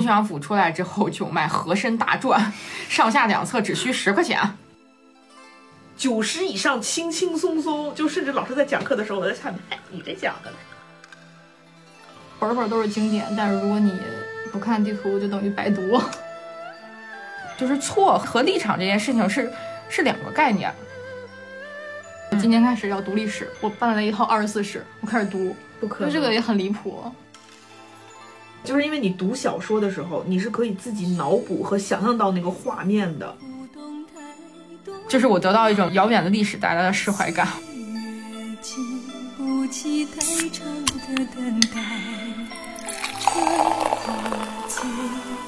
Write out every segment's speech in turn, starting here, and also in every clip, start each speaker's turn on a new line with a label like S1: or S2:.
S1: 宣王府出来之后就卖和珅大传，上下两册只需十块钱。
S2: 九十以上轻轻松松，就甚至老师在讲课的时候，我在下面，哎，你这讲的呢？
S3: 本本都是经典，但是如果你不看地图，就等于白读。
S1: 就是错和立场这件事情是是两个概念。
S3: 今年开始要读历史，我办了一套二十四史，我开始读，
S2: 不可
S3: 就这个也很离谱。
S2: 就是因为你读小说的时候，你是可以自己脑补和想象到那个画面的。
S1: 就是我得到一种遥远的历史带来的释怀感。
S4: 不期待长的等待，吹过最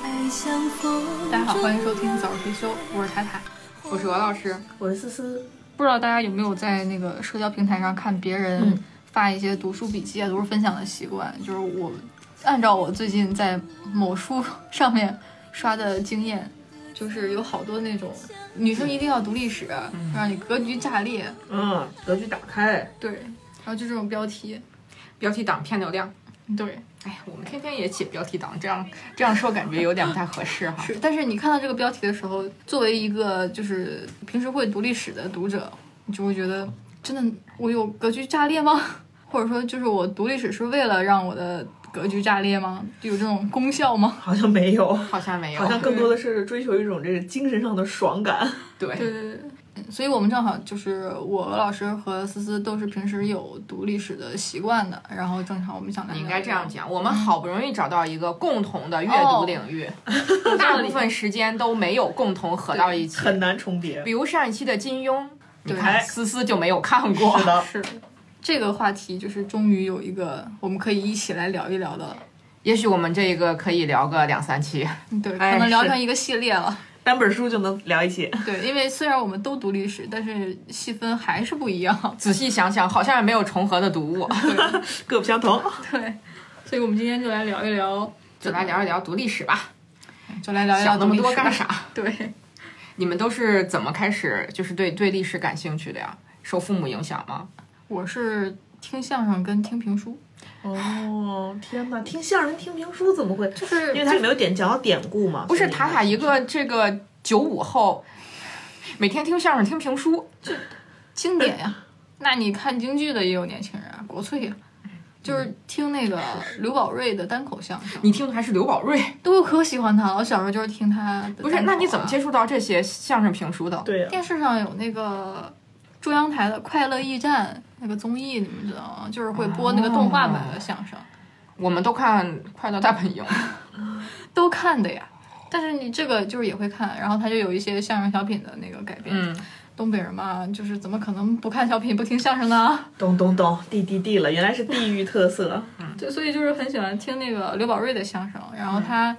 S4: 爱像风。
S3: 大家好，欢迎收听《早日退休》，我是塔塔。
S1: 我是鹅老师，
S2: 我是思思，
S3: 不知道大家有没有在那个社交平台上看别人
S2: 嗯
S3: 发一些读书笔记啊、读书分享的习惯？就是我按照我最近在某书 上面刷的经验，就是有好多那种女生一定要读历史，让你格局炸裂。
S2: 嗯，格局打开，
S3: 对，然后就这种标题，
S1: 标题党骗流量。
S3: 对，
S1: 哎呀，我们天天也写标题党，这样这样说感觉有点不太合适哈。
S3: 是，但是你看到这个标题的时候，作为一个就是平时会读历史的读者，你就会觉得真的我有格局炸裂吗？ 或者说，就是我读历史是为了让我的格局炸裂吗？有这种功效吗？
S2: 好像没有，
S1: 好像没有，
S2: 好像更多的是追求一种这个精神上的爽感。
S1: 对
S3: 对对对对，所以我们正好就是我老师和思思都是平时有读历史的习惯的，然后正常我们想来
S1: 你
S3: 聊
S1: 应该这样
S3: 聊
S1: 讲，我们好不容易找到一个共同的阅读领域， 大部分时间都没有共同合到一起。
S2: 很难重叠。
S1: 比如上一期的金庸，你
S3: 对
S1: 看思思就没有看过
S2: 是，的，
S3: 是这个话题，就是终于有一个我们可以一起来聊一聊的了。
S1: 也许我们这个可以聊个两三期。
S3: 嗯对，
S2: 哎
S3: 可能聊
S2: 是
S3: 成一个系列了。
S2: 单本书就能聊一起。
S3: 对，因为虽然我们都读历史，但是细分还是不一样。
S1: 仔细想想，好像也没有重合的读物，
S2: 各不相同。
S3: 对，所以我们今天就来聊一聊，
S1: 就来聊一聊读历史吧。
S3: 就来聊一聊
S1: 想那么
S3: 哎读历
S1: 多
S3: 史
S1: 干
S3: 吧？
S1: 啥？
S3: 对，
S1: 你们都是怎么开始就是对对历史感兴趣的呀？受父母影响吗？
S3: 我是听相声跟听评书，
S2: 哦，天哪！听相声、听评书怎么会？
S3: 就是
S2: 因为它里面有点讲到典故嘛。
S1: 不是
S2: 所以
S1: 塔塔一个这个九五后，每天听相声听评书，
S3: 经典呀、那你看京剧的也有年轻人啊，国粹呀、就是听那个刘宝瑞的单口相声，
S1: 你听的还是刘宝 瑞。
S3: 对我可喜欢他了。我小时候就是听他的单口啊、
S1: 不是，那你怎么接触到这些相声评书的？
S2: 对啊呀、
S3: 电视上有那个中央台的《快乐驿站》那个综艺，你们知道吗？就是会播那个动画版的相声，
S1: 哦我们都看《快乐大本营》，
S3: 都看的呀。但是你这个就是也会看，然后它就有一些相声小品的那个改编。
S1: 嗯，
S3: 东北人嘛，就是怎么可能不看小品不听相声呢？
S2: 咚咚咚，地地地了，原来是地域特色。
S3: 对，所以就是很喜欢听那个刘宝瑞的相声。然后他、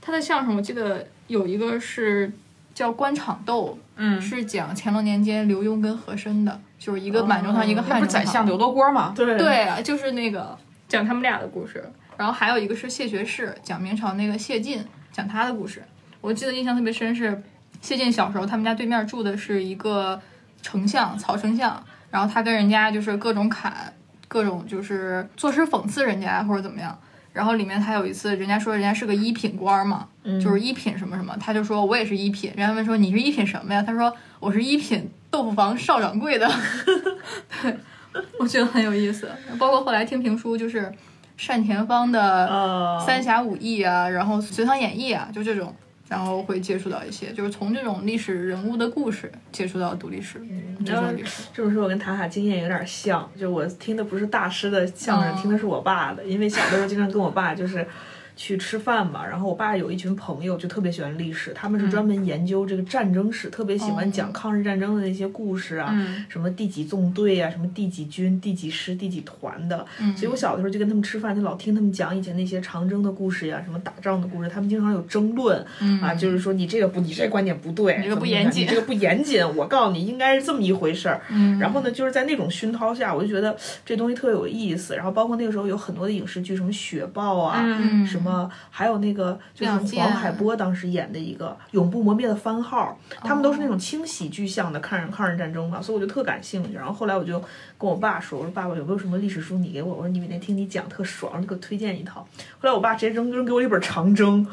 S3: 他的相声，我记得有一个是叫《官场斗》，
S1: 嗯
S3: 是讲乾隆年间刘墉跟和宰的，就是一个满洲堂，
S2: 哦
S3: 一个
S1: 那
S3: 汉
S1: 不
S3: 中
S1: 是宰
S3: 堂
S1: 相刘罗锅吗？
S2: 对
S3: 对啊，就是那个讲他们俩的故事，然后还有一个是谢学士，讲明朝那个谢晋，讲他的故事。我记得印象特别深是谢晋小时候，他们家对面住的是一个丞相曹丞相，然后他跟人家就是各种砍，各种就是作诗讽刺人家或者怎么样。然后里面他有一次，人家说人家是个一品官嘛，就是一品什么什么，他就说我也是一品。人家问说你是一品什么呀？他说我是一品豆腐房少掌柜的。 我觉得很有意思。包括后来听评书，就是单田芳的
S2: 呃
S3: 《三侠五义》啊，然后《隋唐演义》啊，就这种，然后会接触到一些，就是从这种历史人物的故事接触到读历史，这种历史。
S2: 这么说，我跟塔塔经验有点像，就是我听的不是大师的相声，
S3: 哦
S2: 听的是我爸的，因为小的时候经常跟我爸就是。去吃饭嘛，然后我爸有一群朋友就特别喜欢历史，他们是
S3: 嗯
S2: 专门研究这个战争史，特别喜欢
S3: 哦
S2: 讲抗日战争的那些故事啊，
S3: 嗯
S2: 什么第几纵队啊，什么第几军、第几师、第几团的。
S3: 嗯
S2: 所以我小的时候就跟他们吃饭，就老听他们讲以前那些长征的故事呀、什么打仗的故事，他们经常有争论、啊，就是说你这个不，你这观点不对，你
S3: 嗯这个不严谨
S2: 你这个不严谨，我告诉你应该是这么一回事儿。
S3: 嗯
S2: 然后呢，就是在那种熏陶下，我就觉得这东西特有意思。然后包括那个时候有很多的影视剧，什么雪豹啊，
S1: 嗯
S2: 什么么，还有那个就是
S3: 亮剑
S2: 黄海波当时演的一个永不磨灭的番号，
S3: 哦
S2: 他们都是那种轻喜剧向的抗日抗日战争嘛，所以我就特感兴趣。然后后来我就跟我爸说，我说爸爸有没有什么历史书你给我？我说你每天听你讲特爽，你给我推荐一套。后来我爸直接扔扔给我一本《长征》，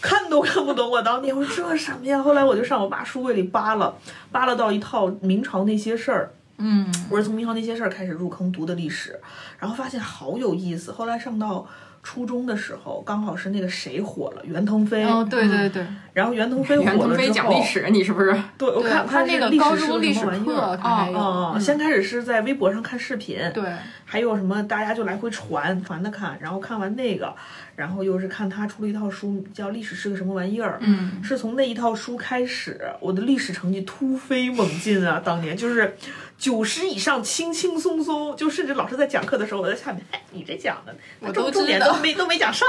S2: 看都看不懂。我当年我说这什么呀？后来我就上我爸书柜里扒拉，扒拉到一套明朝那些事儿。
S3: 嗯，
S2: 我是从明朝那些事儿开始入坑读的历史，然后发现好有意思。后来上到初中的时候，刚好是那个谁火了，袁腾飞。
S3: 哦，对对对，
S2: 然后袁腾飞火了
S1: 袁
S2: 之后，
S1: 腾飞讲历史，你是不是？
S2: 对我看
S3: 他
S2: 看
S3: 那
S2: 是
S3: 个
S2: 历
S3: 高
S2: 是
S3: 中
S2: 个
S3: 历
S2: 什
S3: 史嗯
S2: 么玩意儿
S3: 课他还有，
S2: 哦，先开始是在微博上看视频，
S3: 对，
S2: 还有什么大家就来回传传的看，然后看完那个，然后又是看他出了一套书叫《历史是个什么玩意儿》，
S3: 嗯，
S2: 是从那一套书开始，我的历史成绩突飞猛进啊！ 当年就是九十以上，轻轻松松，就甚至老师在讲课的时候，我在下面，哎，你这讲的，
S3: 我
S2: 重
S3: 都
S2: 重
S3: 知
S2: 点
S3: 道
S2: 都没都没讲上。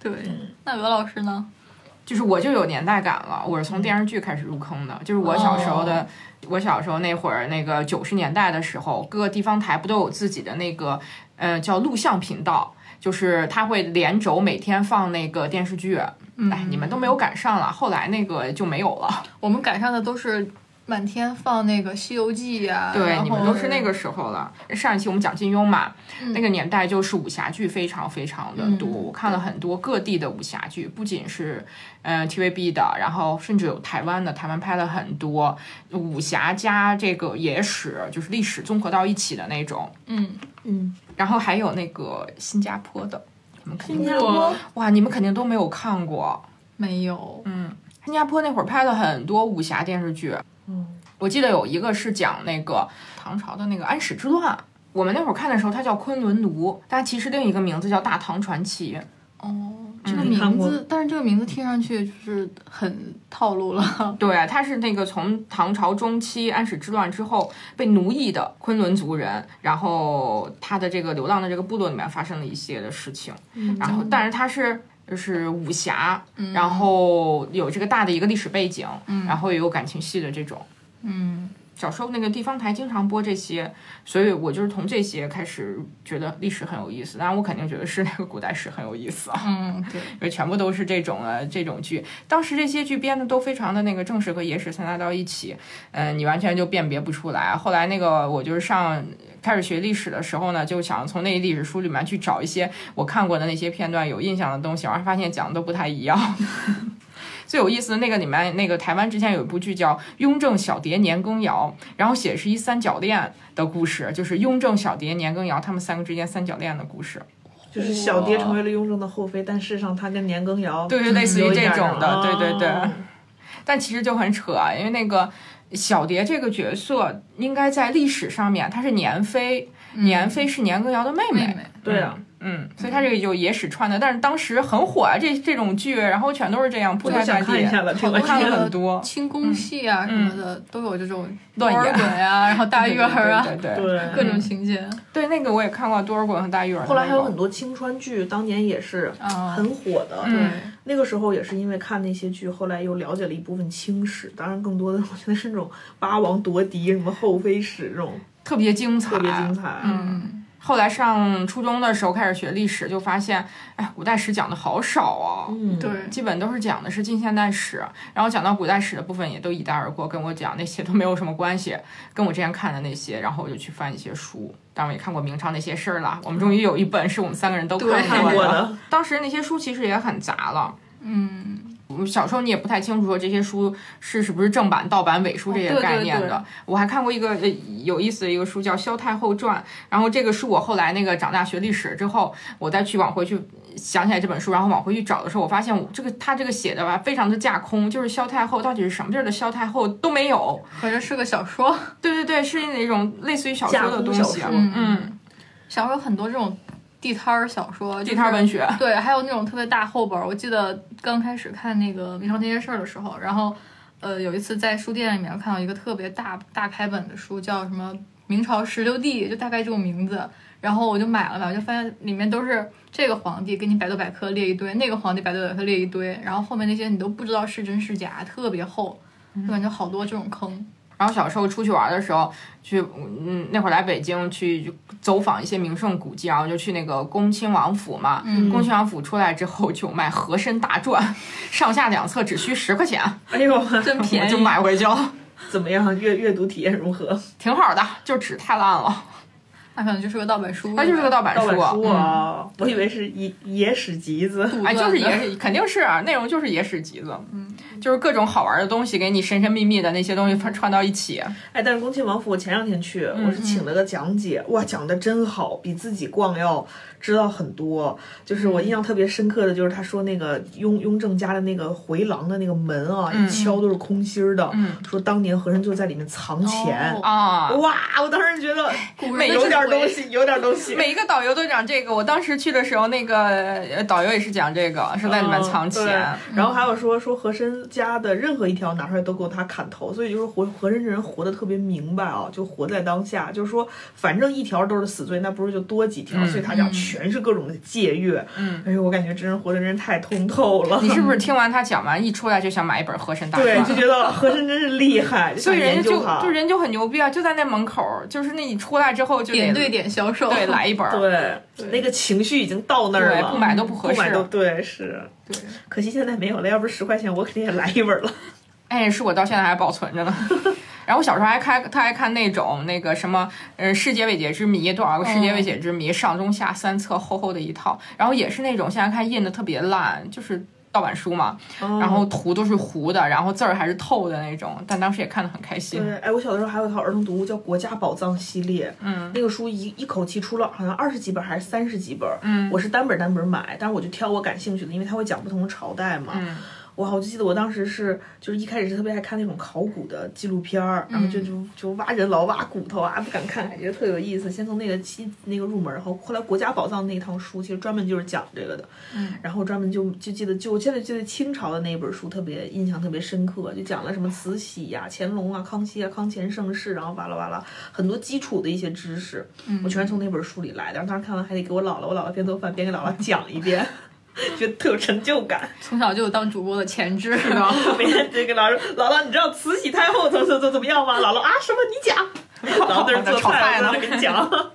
S3: 对。
S2: 嗯
S3: 那鹅老师呢？
S1: 就是我就有年代感了，我是从电视剧开始入坑的，就是我小时候的，
S3: 哦
S1: 我小时候那会儿，那个九十年代的时候，各个地方台不都有自己的那个，呃，叫录像频道。就是它会连轴每天放那个电视剧，哎，你们都没有赶上了，后来那个就没有了。
S3: 我们赶上的都是满天放那个《西游记》呀，
S1: 对，
S3: 然
S1: 你们
S3: 后
S1: 都是那个时候了。上一期我们讲金庸嘛，那个年代就是武侠剧非常非常的多，
S3: 嗯
S1: 我看了很多各地的武侠剧，不仅是呃 TVB 的，然后甚至有台湾的，台湾拍了很多武侠加这个野史，就是历史综合到一起的那种。
S3: 嗯，
S2: 嗯，
S1: 然后还有那个新加坡的，你们肯定
S2: 新加坡
S1: 哇，你们肯定都没有看过。
S3: 没有，
S1: 新加坡那会儿拍了很多武侠电视剧，
S2: 嗯，
S1: 我记得有一个是讲那个唐朝的那个安史之乱，我们那会儿看的时候它叫《昆仑奴》，但其实另一个名字叫《大唐传奇》。
S3: 哦，这个
S2: 嗯看
S3: 名
S2: 过
S3: 字，但是这个名字听上去就是很套路了。
S1: 对，他是那个从唐朝中期安史之乱之后被奴役的昆仑族人，然后他的这个流浪的这个部落里面发生了一系列的事情，然后但是他是。就是武侠，然后有这个大的一个历史背景，然后也有感情戏的这种。
S3: 嗯，
S1: 小时候那个地方台经常播这些，所以我就是从这些开始觉得历史很有意思。当然，我肯定觉得是那个古代史很有意思啊。
S3: 嗯，对，
S1: 就全部都是这种呃这种剧。当时这些剧编的都非常的那个正史和野史掺杂到一起，嗯、你完全就辨别不出来。后来那个我就是上开始学历史的时候呢，就想从那历史书里面去找一些我看过的那些片段有印象的东西，然后发现讲的都不太一样。 最有意思的那个里面，那个台湾之前有一部剧叫《雍正小蝶年羹尧》，然后写的是一三角恋的故事，就是雍正小蝶年羹尧他们三个之间三角恋的故事。
S2: 就是小蝶成为了雍正的后妃，但事实上她跟年羹尧
S1: 对对类似于
S2: 哦有一点
S1: 这种的
S2: 儿
S1: 对对对
S2: 哦
S1: 但其实就很扯，啊因为那个小蝶这个角色应该在历史上面，她是年妃， 年妃是年羹尧的妹妹。
S3: 妹妹，
S2: 嗯对啊，
S1: 嗯，所以她这个就野史串的，但是当时很火啊，这这种剧，然后全都是这样铺
S2: 我
S1: 天盖
S2: 想看一
S1: 地
S2: 下。了，听
S3: 好
S2: 完
S1: 我
S3: 多
S1: 看
S3: 那
S1: 了
S3: 个
S1: 很多
S3: 清
S2: 嗯
S3: 宫戏啊什么的都有这 种
S1: 乱嗯演
S3: 摇滚呀，然后大
S1: 对
S3: 月儿啊，
S1: 对对对
S2: 对
S3: 各种情节。
S1: 对那个我也看过多尔衮和大玉儿的那个。
S2: 后来还有很多青川剧，当年也是
S3: 啊
S2: 很火的。
S1: 嗯
S2: 那个时候也是因为看那些剧，后来又了解了一部分清史。当然，更多的 我觉得是那种八王夺嫡、什么后妃史这种
S1: 特别精彩，
S2: 特别精彩。嗯，
S3: 嗯，
S1: 后来上初中的时候开始学历史，就发现，哎，古代史讲的好少啊。
S2: 嗯
S3: 对，
S1: 基本都是讲的是近现代史，然后讲到古代史的部分也都一带而过，跟我讲那些都没有什么关系，跟我之前看的那些，然后我就去翻一些书，当然也看过明朝那些事儿了。我们终于有一本是我们三个人都
S3: 对
S1: 看
S2: 看
S1: 过
S2: 过
S1: 的，
S2: 的，
S1: 当时那些书其实也很杂了。
S3: 嗯，
S1: 我小时候你也不太清楚说这些书是是不是正版、盗版、伪书这
S3: 哦
S1: 些
S3: 对对
S1: 概念的。
S3: 对
S1: 我还看过一个呃有意思的一个书叫《萧太后传》，然后这个是我后来那个长大学历史之后，我再去往回去想起来这本书，然后往回去找的时候，我发现我这个他这个写的吧非常的架空，就是萧太后到底是什么地儿的萧太后都没有。
S3: 合着是个小说。
S1: 对对对，是那种类似于小说
S2: 架
S1: 的
S2: 空
S1: 东
S2: 小
S1: 西。
S2: 说
S1: 嗯，
S3: 小时候很多这种地摊儿小说，
S1: 地摊儿文学。
S3: 对，还有那种特别大厚本儿。我记得刚开始看那个《明朝那些事儿》的时候，然后呃有一次在书店里面看到一个特别大大开本的书，叫什么《明朝十六帝》，就大概这种名字。然后我就买了买，我就发现里面都是这个皇帝给你百度百科列一堆，那个皇帝百度百科列
S1: 嗯
S3: 一堆，然后后面那些你都不知道是真是假，特别厚，就感觉好多这种坑。
S1: 然后小时候出去玩的时候，去嗯那会儿来北京去走访一些名胜古迹，然后就去那个恭亲王府嘛。
S3: 嗯
S1: 恭亲王府出来之后就卖和珅大篆，上下两册只需十块钱，
S2: 哎呦，
S3: 真
S1: 我
S3: 便宜，
S1: 就买回去了，
S2: 怎么样？阅阅读体验如 何？
S1: 挺好的，就纸太烂了，
S3: 那可能就是个盗版书，
S1: 它就是个盗版
S2: 嗯盗版
S1: 书
S2: 书。啊，
S3: 嗯
S2: 我以为是野野史集子。
S3: 杜撰的
S1: 哎，就是野史，肯定是啊，内容就是野史集子，嗯，就是各种好玩的东西，给你神神秘秘的那些东西串串到一起，
S2: 哎，但是恭亲王府我前两天去，我是请了个讲解，哇，讲的真好，比自己逛要知道很多。就是我印象特别深刻的就是他说那个雍雍正家的那个回廊的那个门啊，一敲都是空心儿的，说当年和珅就在里面藏钱。
S3: 哦
S1: 啊。
S2: 哇！我当时觉得有点东西，有点东 西。
S1: 每一个导游都讲这个。我当时去的时候，那个呃导游也是讲这个，是在里面藏
S2: 嗯对
S1: 钱。
S2: 然后还有说说和珅家的任何一条拿出来都够他砍头，所以就是和和珅这人活得特别明白啊，就活在当下，就是说反正一条都是死罪，那不如就多几
S1: 嗯
S2: 条，所以他讲全是各种的借阅。嗯，哎呦，我感觉这人活的真是太通透了
S1: 你。是不是听完他讲完，一出来就想买一本《和珅大
S2: 对，
S1: 传
S2: 就》？觉得和珅真是厉害，就
S1: 所
S2: 想
S1: 以人
S2: 研
S1: 家就
S2: 究他。
S1: 就人就很牛逼啊，就在那门口儿，就是那你出来之后就得
S3: 点对点销售，
S1: 对来一本儿，
S2: 对，那个情绪已经到那儿
S1: 对
S2: 了，
S1: 不买都不合
S2: 不买
S1: 适
S2: 都对是。
S3: 对，
S2: 可惜现在没有了，要不是十块钱，我肯定也来一本了。
S1: 哎，是我到现在还保存着呢。 然后我小时候还看，他还看那种那个什么，呃，世界未解之谜，多少个世界未解之谜，上中下三册，厚厚的一套。然后也是那种现在看印的特别烂，就是盗版书嘛。然后图都是糊的，然后字儿还是透的那种。但当时也看得很开心。
S2: 对，哎，我小的时候还有一套儿童读物叫《国家宝藏系列》，嗯，那个书一一口气出了好像二十几本还是三十几本，嗯，我是单本单本买，但是我就挑我感兴趣的，因为它会讲不同的朝代嘛，嗯。哇！我就记得我当时是，就是一开始是特别爱看那种考古的纪录片儿，然后就就就挖人老挖骨头啊，不敢看，感觉特有意思。先从那个期那个入门，然后后来《国家宝藏》那一套书，其实专门就是讲这个的。然后专门就就记得，就我现在记得清朝的那一本书特别印象特别深刻，就讲了什么慈禧呀、乾隆啊、康熙啊、康乾盛世，然后巴拉巴拉很多基础的一些知识，我全是从那本书里来的。然后当时看完还得给我姥姥，我姥姥边做饭边给姥姥讲一遍， 觉得特有成就感。
S3: 从小就有当主播的潜质，是 吧？
S2: 每天 就给姥姥说：“姥姥，你知道慈禧太后怎么怎么怎么样吗？”姥姥啊，什么你讲？姥姥在那儿做
S1: 炒
S2: 菜，
S1: 菜呢
S2: 我在那儿给你讲。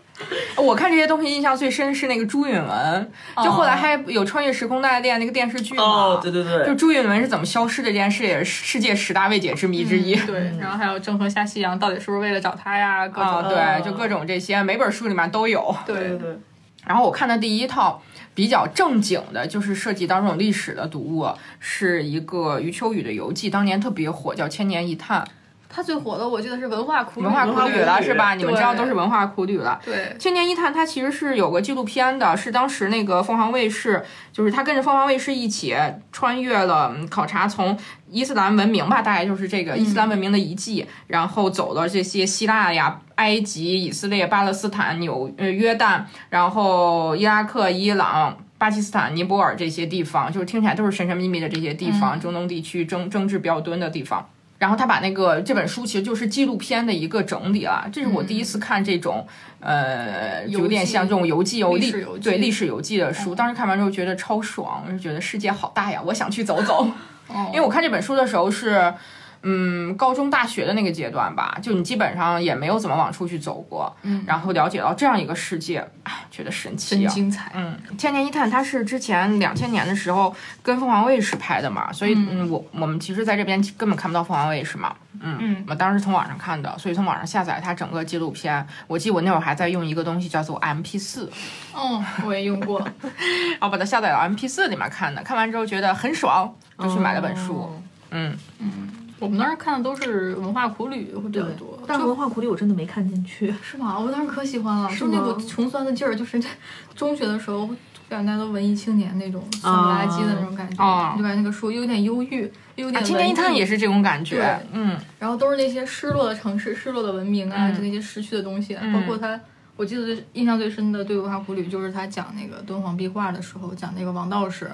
S1: 我看这些东西印象最深是那个朱允文，就后来还有《穿越时空大恋》那个电视剧嘛。
S2: 哦对
S1: 就
S2: 对，
S1: 朱允文是怎么消失这件事，也是世界十大未解之谜之一。
S3: 对，然后还有郑和下西洋到底是不是为了找他呀？各
S1: 啊，
S3: 种
S1: 对，就各种这些，每本书里面都有。
S2: 对对
S3: 嗯对
S2: 对，
S1: 然后我看的第一套比较正经的，就是涉及到这种历史的读物，是一个余秋雨的游记，当年特别火，叫《千年一叹》，
S3: 他最火的我记得是文化苦旅
S1: 文化
S2: 苦
S1: 苦旅啊
S2: 旅
S1: 了是吧？
S2: 对
S1: 你们知道都是文化苦旅了。
S3: 对
S1: 《千年一叹》它其实是有个纪录片的，是当时那个凤凰卫视，就是他跟着凤凰卫视一起穿越了嗯考察从伊斯兰文明吧，大概就是这个伊斯兰文明的遗迹，然后走了这些希腊呀、埃及、以色列、巴勒斯坦、纽呃约旦，然后伊拉克、伊朗。巴基斯坦、尼泊尔这些地方，就是听起来都是神神秘秘的这些地方，中东地区争争执比较多的地方。然后他把那个这本书其实就是纪录片的一个整理了，这是我第一次看这种，呃，
S3: 嗯游
S1: 有点
S3: 记
S1: 像这种游记、有
S3: 历
S1: 历
S3: 史游记嗯
S1: 对历史游记的书。当时看完之后觉得超爽，就觉得世界好大呀，我想去走走。
S3: 哦
S1: 因为我看这本书的时候是，嗯，高中、大学的那个阶段吧，就你基本上也没有怎么往出去走过，嗯，然后了解到这样一个世界，哎，觉得神奇
S3: 真
S1: 啊。
S3: 精彩。
S1: 嗯，《千年一探》它是之前两千年的时候跟凤凰卫视拍的嘛，所以嗯，我我们其实在这边根本看不到凤凰卫视嘛，嗯
S3: 嗯
S1: 我当时从网上看的，所以从网上下载它整个纪录片。我记得我那会儿还在用一个东西叫做 MP 四，
S3: 嗯，我也用过。
S1: 然后把它下载到 MP 四里面看的，看完之后觉得很爽，就去买了本书。
S2: 哦
S1: 嗯，
S3: 我们当时看的都是文化苦旅会比较多，
S2: 但是文化苦力我真的没看进去。
S3: 是吗？我当时可喜欢了，就那
S2: 吗
S3: 股穷酸的劲儿，就是中学的时候，感觉大家都文艺青年那种
S1: 哦
S3: 酸不拉几的那种感觉，
S1: 啊
S3: 就感觉那个书又有点忧郁，又有点、
S1: 《啊千年一探》也，是这种感觉
S3: 对。
S1: 嗯，
S3: 然后都是那些失落的城市、失落的文明啊，就那些失去的东西，啊包括他。我记得印象最深的对文化苦旅就是他讲那个敦煌壁画的时候，讲那个王道士，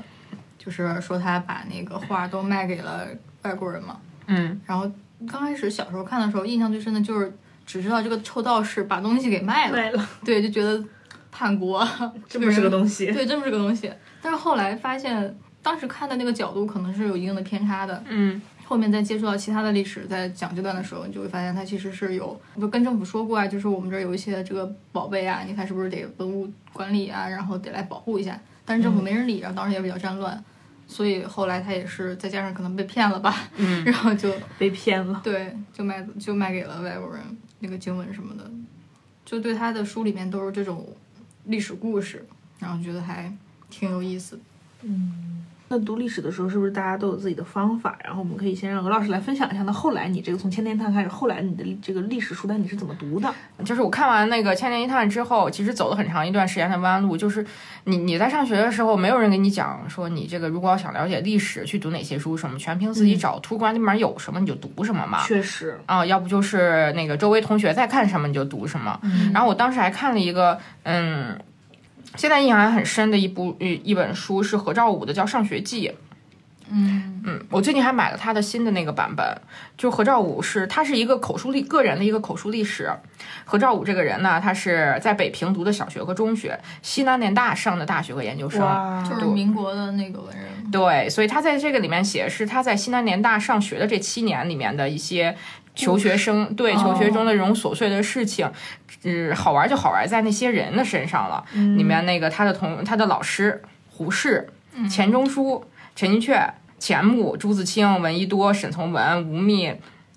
S3: 就是说他把那个画都卖给了外国人嘛。
S1: 嗯，
S3: 然后刚开始小时候看的时候，印象最深的就是只知道这个臭道士把东西给卖了，
S2: 卖了，
S3: 对，就觉得叛国，
S2: 这不是个东西。
S3: 对，真不是个东西。但是后来发现，当时看的那个角度可能是有一定的偏差的。
S1: 嗯，
S3: 后面再接触到其他的历史，在讲这段的时候，你就会发现它其实是有，就跟政府说过啊，就是我们这儿有一些这个宝贝啊，你看是不是得文物管理啊，然后得来保护一下。但是政府没人理，然后当时也比较战乱，所以后来他也是再加上可能被骗了吧，
S1: 嗯
S3: 然后就
S2: 被骗了。
S3: 对，就卖就卖给了外国人那个经文什么的，就对他的书里面都是这种历史故事，然后觉得还挺有意思的。
S2: 那读历史的时候，是不是大家都有自己的方法？然后我们可以先让鹅老师来分享一下。那后来你这个从《千年探》开始，后来你的这个历史书单你是怎么读
S1: 啊
S2: 的？
S1: 就是我看完那个《千年一探》之后，其实走了很长一段时间的弯路。就是你你在上学的时候，没有人给你讲说你这个如果要想了解历史，去读哪些书什么，全凭自己找，图书馆里面有什么你就读什么嘛。
S2: 确实，
S1: 啊，要不就是那个周围同学在看什么你就读什么。嗯然后我当时还看了一个，嗯，现在印象还很深的一部一一本书是何兆武的，叫《上学记》。
S3: 嗯
S1: 嗯，我最近还买了他的新的那个版本，就何兆武是他是一个口述历个人的一个口述历史。何兆武这个人呢，他是在北平读的小学和中学，西南联大上的大学和研究生。
S2: 哇，
S3: 就是民国的那个文人，
S1: 对，所以他在这个里面写是他在西南联大上学的这七年里面的一些求学生对求学中的这种琐碎的事情，嗯，好玩就好玩在那些人的身上了。里面那个他的同他的老师胡适、钱钟书、陈寅恪、钱穆、朱自清、闻一多、沈从文、吴宓，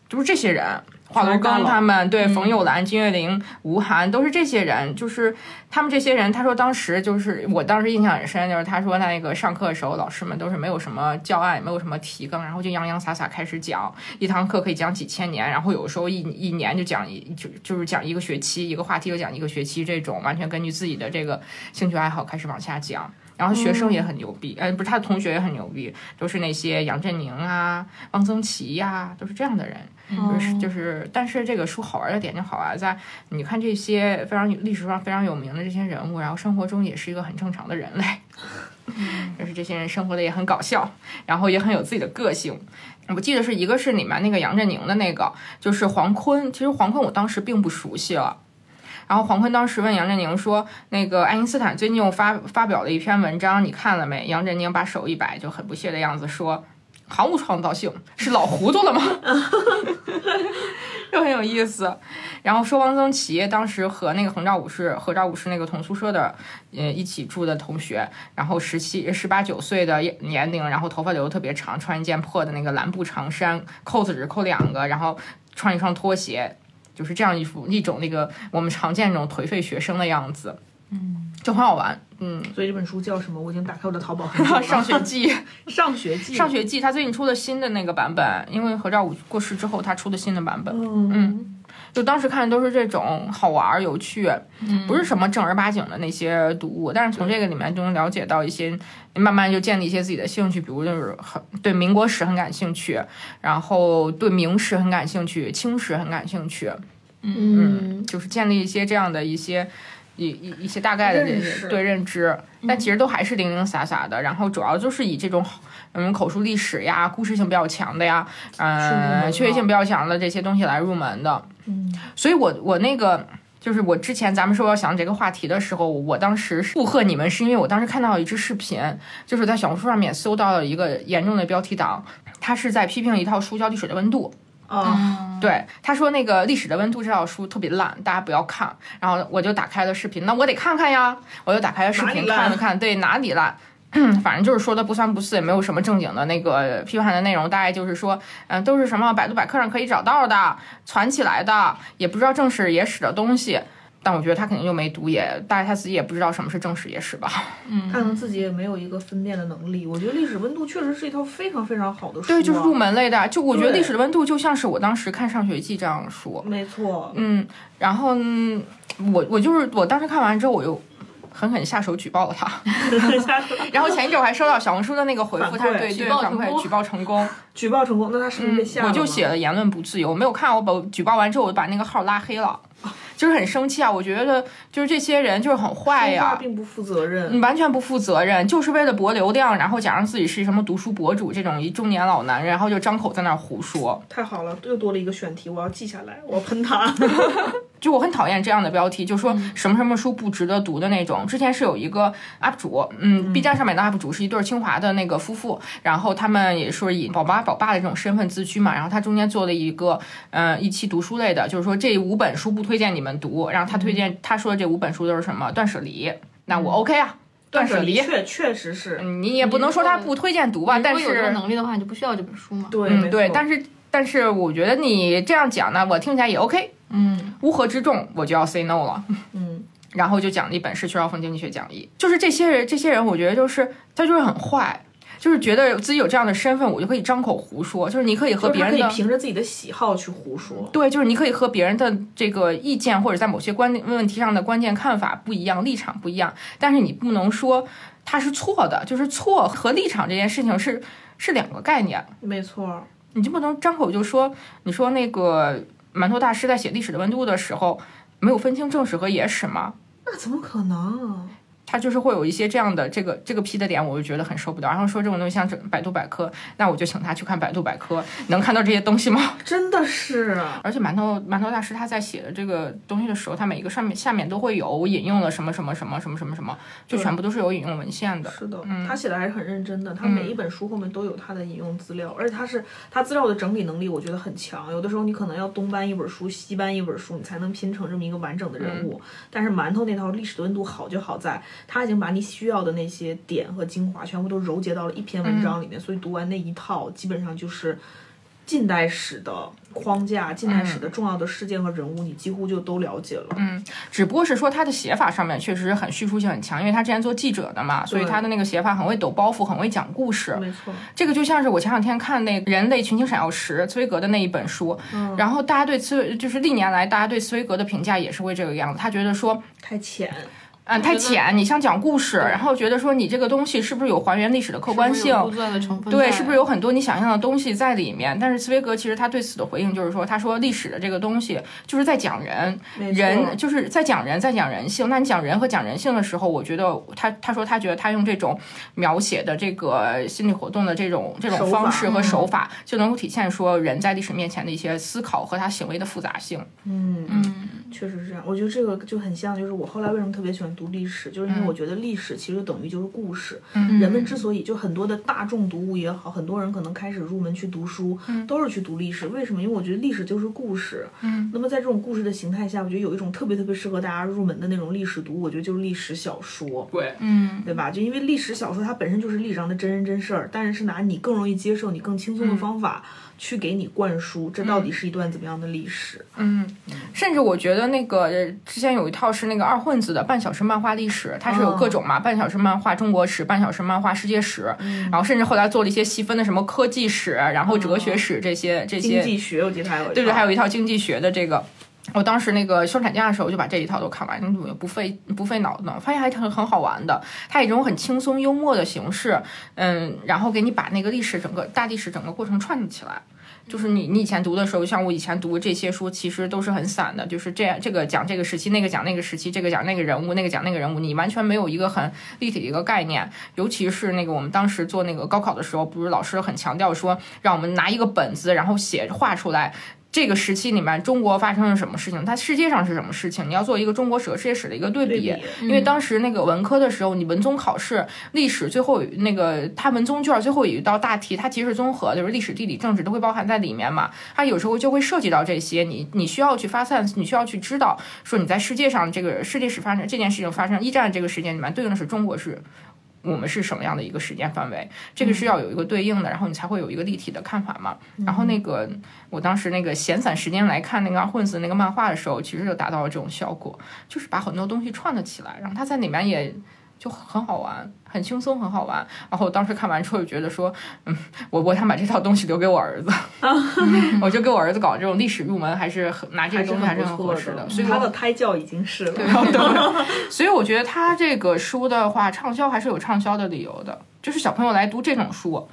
S1: 就是这些人。华罗庚
S2: 大佬
S1: 他们对冯友兰、金岳霖、吴晗都是这些人，就是他们这些人，他说当时就是我当时印象很深，就是他说那个上课的时候，老师们都是没有什么教案，也没有什么提纲，然后就洋洋洒洒开始讲，一堂课可以讲几千年，然后有时候一一年就讲一就就是讲一个学期，一个话题就讲一个学期，这种完全根据自己的这个兴趣爱好开始往下讲。然后学生也很牛逼，呃，不是他的同学也很牛逼，都是那些杨振宁啊、汪曾祺呀、都是这样的人。
S2: 嗯
S1: 就是就是，但是这个书好玩的点就好玩在，你看这些非常有历史上非常有名的这些人物，然后生活中也是一个很正常的人类， 就是这些人生活的也很搞笑，然后也很有自己的个性。我记得是一个是里面那个杨振宁的那个，就是黄坤。其实黄坤我当时并不熟悉了。然后黄坤当时问杨振宁说：“那个爱因斯坦最近又发发表了一篇文章，你看了没？”杨振宁把手一摆，就很不屑的样子说：“毫无创造性，是老糊涂了吗？” 就很有意思。然后说汪曾祺当时和那个恒照武士，何兆武是那个同宿舍的，呃，一起住的同学，然后十七、十八九岁的年龄，然后头发留的特别长，穿一件破的那个蓝布长衫，扣子只扣两个，然后穿一双拖鞋，就是这样一副一种那个我们常见那种颓废学生的样子，嗯，就很好玩。嗯，
S2: 所以这本书叫什么？我已经打开我的淘宝很久了。
S1: 上学记。
S2: 上学记，
S1: 上学记他最近出的新的那个版本，因为何兆武过世之后，他出的新的版本，
S2: 嗯，
S1: 就当时看的都是这种好玩儿、有趣，不是什么正儿八经的那些读物，但是从这个里面就能了解到一些，慢慢就建立一些自己的兴趣，比如就是很对民国史很感兴趣，然后对明史很感兴趣，清史很感兴趣，
S2: 嗯，
S1: 就是建立一些这样的一些一一一些大概的这
S2: 认
S1: 些
S2: 识
S1: 对认知，嗯但其实都还是零零散散的。然后主要就是以这种嗯口述历史呀、故事性比较强的呀、
S2: 入门
S1: 嗯
S2: 了
S1: 趣味性比较强的这些东西来入门的。嗯，所以我我那个。就是我之前咱们说要想这个话题的时候，我当时是附和你们，是因为我当时看到一支视频，就是在小红书上面搜到了一个严重的标题党，他是在批评一套书叫《历史的温度》。
S2: 啊，
S1: 对，他说那个《历史的温度》这套书特别烂，大家不要看。然后我就打开了视频，那我得看看呀，我就打开了视
S2: 哪
S1: 频
S2: 里烂
S1: 看了看，对哪里烂。嗯反正就是说的不三不四，也没有什么正经的那个批判的内容，大概就是说，嗯、都是什么百度百科上可以找到的，攒起来的，也不知道正史野史的东西。但我觉得他肯定就没读也，大概他自己也不知道什么是正史野史吧。
S2: 他可能自己也没有一个分辨的能力。我觉得《历史温度》确实是一套非常非常好的书啊，
S1: 对，就是入门类的。就我觉得《
S2: 对
S1: 历史的温度》就像是我当时看《上学记》这样的书，
S2: 没错，
S1: 嗯，然后嗯我我就是我当时看完之后，我又狠狠下手举报 了他。然后前一阵我还收到小红书的那个回复，
S2: 反馈
S1: 他对对
S3: 举报
S1: 反
S3: 成
S1: 馈
S3: 功
S1: 举报成功，
S2: 举报成功，那他是不是被吓了
S1: 嗯我
S2: 呢？
S1: 就写了言论不自由，我没有看，我把我举报完之后，我就把那个号拉黑了，
S2: 哦
S1: 就是很生气啊！我觉得就是这些人就是很坏
S2: 说话
S1: 呀、嗯
S2: 并不负责
S1: 你
S2: 任，
S1: 完全不负责任，就是为了博流量，然后假装自己是什么读书博主这种一中年老男人，然后就张口在那儿胡说。
S2: 太好了，又多了一个选题，我要记下来，我要喷他。
S1: 就我很讨厌这样的标题，就说什么什么书不值得读的那种。之前是有一个 UP 主，嗯，B 站上面的 UP 主是一对清华的那个夫妇，然后他们也说以宝妈宝爸的这种身份自居嘛，然后他中间做了一个嗯、呃一期读书类的，就是说这五本书不推荐你们读，然后他推荐他说的这五本书都是什么断舍离，那我 OK 啊，断舍离。嗯
S2: 确确实是，
S1: 你也不能说他不推荐读吧，啊但
S3: 如果有这
S1: 是
S3: 个能力的话，你就不需要这本书嘛。
S2: 对、
S1: 嗯，对，
S2: 是
S1: 但是但是我觉得你这样讲呢，我听起来也 OK。
S3: 嗯，
S1: 乌合之众，我就要 say no 了。
S2: 嗯，
S1: 然后就讲了一本《失去奥风经济学讲义》，就是这些人，这些人，我觉得就是他就是很坏，就是觉得自己有这样的身份，我就可以张口胡说，就是你可以和
S2: 就是
S1: 别
S2: 他
S1: 人
S2: 可以
S1: 的。
S2: 凭着自己的喜好去胡说。
S1: 对，就是你可以和别人的这个意见，或者在某些观问题上的关键看法不一样，立场不一样，但是你不能说他是错的，就是错和立场这件事情是是两个概念。
S2: 没错，
S1: 你就不能张口就说，你说那个馒头大师在写《历史的温度》的时候，没有分清正史和野史吗？
S2: 那怎么可能、啊？
S1: 他就是会有一些这样的这个这个批的点，我就觉得很受不了。然后说这种东西像百度百科，那我就请他去看百度百科，能看到这些东西吗？
S2: 真的是啊，
S1: 而且馒头馒头大师他在写的这个东西的时候，他每一个上面下面都会有引用了什么什么什么什么什么什么，就全部都是有引用文献的。
S2: 是的，嗯他写的还是很认真的。他每一本书后面都有他的引用资料，而且他是他资料的整理能力，我觉得很强。有的时候你可能要东搬一本书，西搬一本书，你才能拼成这么一个完整的人物。但是馒头那套《历史的温度》好就好在，他已经把你需要的那些点和精华全部都揉结到了一篇文章里面，所以读完那一套，基本上就是。近代史的框架、近代史的重要的事件和人物，你几乎就都了解了。嗯，
S1: 只不过是说他的写法上面确实很叙述性很强，因为他之前做记者的嘛，所以他的那个写法很会抖包袱，很会讲故事。
S2: 没错。
S1: 这个就像是我前两天看那《个《人类群星闪耀时》茨威格的那一本书，然后大家对茨威就是历年来大家对茨威格的评价也是会这个样子，他觉得说，
S2: 太浅，
S1: 嗯，太浅，你像讲故事，然后觉得说你这个东西是不是有还原历史的客观性，
S3: 杜撰的成分
S1: 对，
S3: 在啊
S1: 是不是有很多你想象的东西在里面？但是茨威格其实他对此的回应就是说，他说历史的这个东西就是在讲人，
S2: 没错
S1: 人就是在讲人，在讲人性。那你讲人和讲人性的时候，我觉得他他说他觉得他用这种描写的这个心理活动的这种这种
S2: 手法嗯
S1: 方式和手法，就能够体现说人在历史面前的一些思考和他行为的复杂性。
S2: 嗯嗯，确实是这样。我觉得这个就很像，就是我后来为什么特别喜欢读历史，就是因为我觉得历史其实等于就是故事。人们之所以就很多的大众读物也好，很多人可能开始入门去读书，都是去读历史。为什么？因为我觉得历史就是故事。嗯，那么在这种故事的形态下，我觉得有一种特别特别适合大家入门的那种历史读物，我觉得就是历史小说。
S1: 对，
S3: 嗯，
S2: 对吧？就因为历史小说它本身就是历史上的真人真事儿，但是是拿你更容易接受、你更轻松的方法去给你灌输，这到底是一段怎么样的历史？
S1: 甚至我觉得那个呃之前有一套是那个二混子的半小时漫画历史，它是有
S2: 嗯
S1: 各种嘛，半小时漫画中国史、半小时漫画世界史，
S2: 嗯
S1: 然后甚至后来做了一些细分的什么科技史，然后哲学史这些这
S2: 经
S1: 些，
S2: 济学，我记得还有
S1: 对
S2: 对
S1: 对，还有一套经济学的这个。我当时那个休产假的时候，就把这一套都看完，也不费不费脑子，发现还挺很好玩的。它以一种很轻松幽默的形式，嗯，然后给你把那个历史整个大历史整个过程串起来。就是你你以前读的时候，像我以前读这些书，其实都是很散的，就是这样这个讲这个时期，那个讲那个时期，这个讲那个人物，那个讲那个人物，你完全没有一个很立体的一个概念。尤其是那个我们当时做那个高考的时候，不是老师很强调说，让我们拿一个本子，然后写画出来。这个时期里面，中国发生了什么事情？它世界上是什么事情？你要做一个中国史和世界史的一个对比，
S2: 对比
S3: 嗯
S1: 因为当时那个文科的时候，你文综考试历史最后那个它文综卷最后有一道大题，它其实是综合，就是历史、地理、政治都会包含在里面嘛。它有时候就会涉及到这些，你你需要去发散，你需要去知道说你在世界上这个世界史发生这件事情发生，一战这个时间里面对应的是中国是。我们是什么样的一个时间范围？这个是要有一个对应的，然后你才会有一个立体的看法嘛。然后那
S2: 嗯
S1: 个我当时那个闲散时间来看那个混子那个漫画的时候，其实就达到了这种效果，就是把很多东西串了起来，然后它在里面也就很好玩，很轻松，很好玩。然后我当时看完之后就觉得说，嗯，我我想把这套东西留给我儿子，
S2: 啊
S1: 嗯我就给我儿子搞这种历史入门，还是很拿这个东西还是很
S2: 不
S1: 合
S2: 错
S1: 适的。
S2: 的，嗯
S1: 所以
S2: 他
S1: 我
S2: 的胎教已经是了。
S1: 对， 所以我觉得他这个书的话，畅销还是有畅销的理由的，就是小朋友来读这种书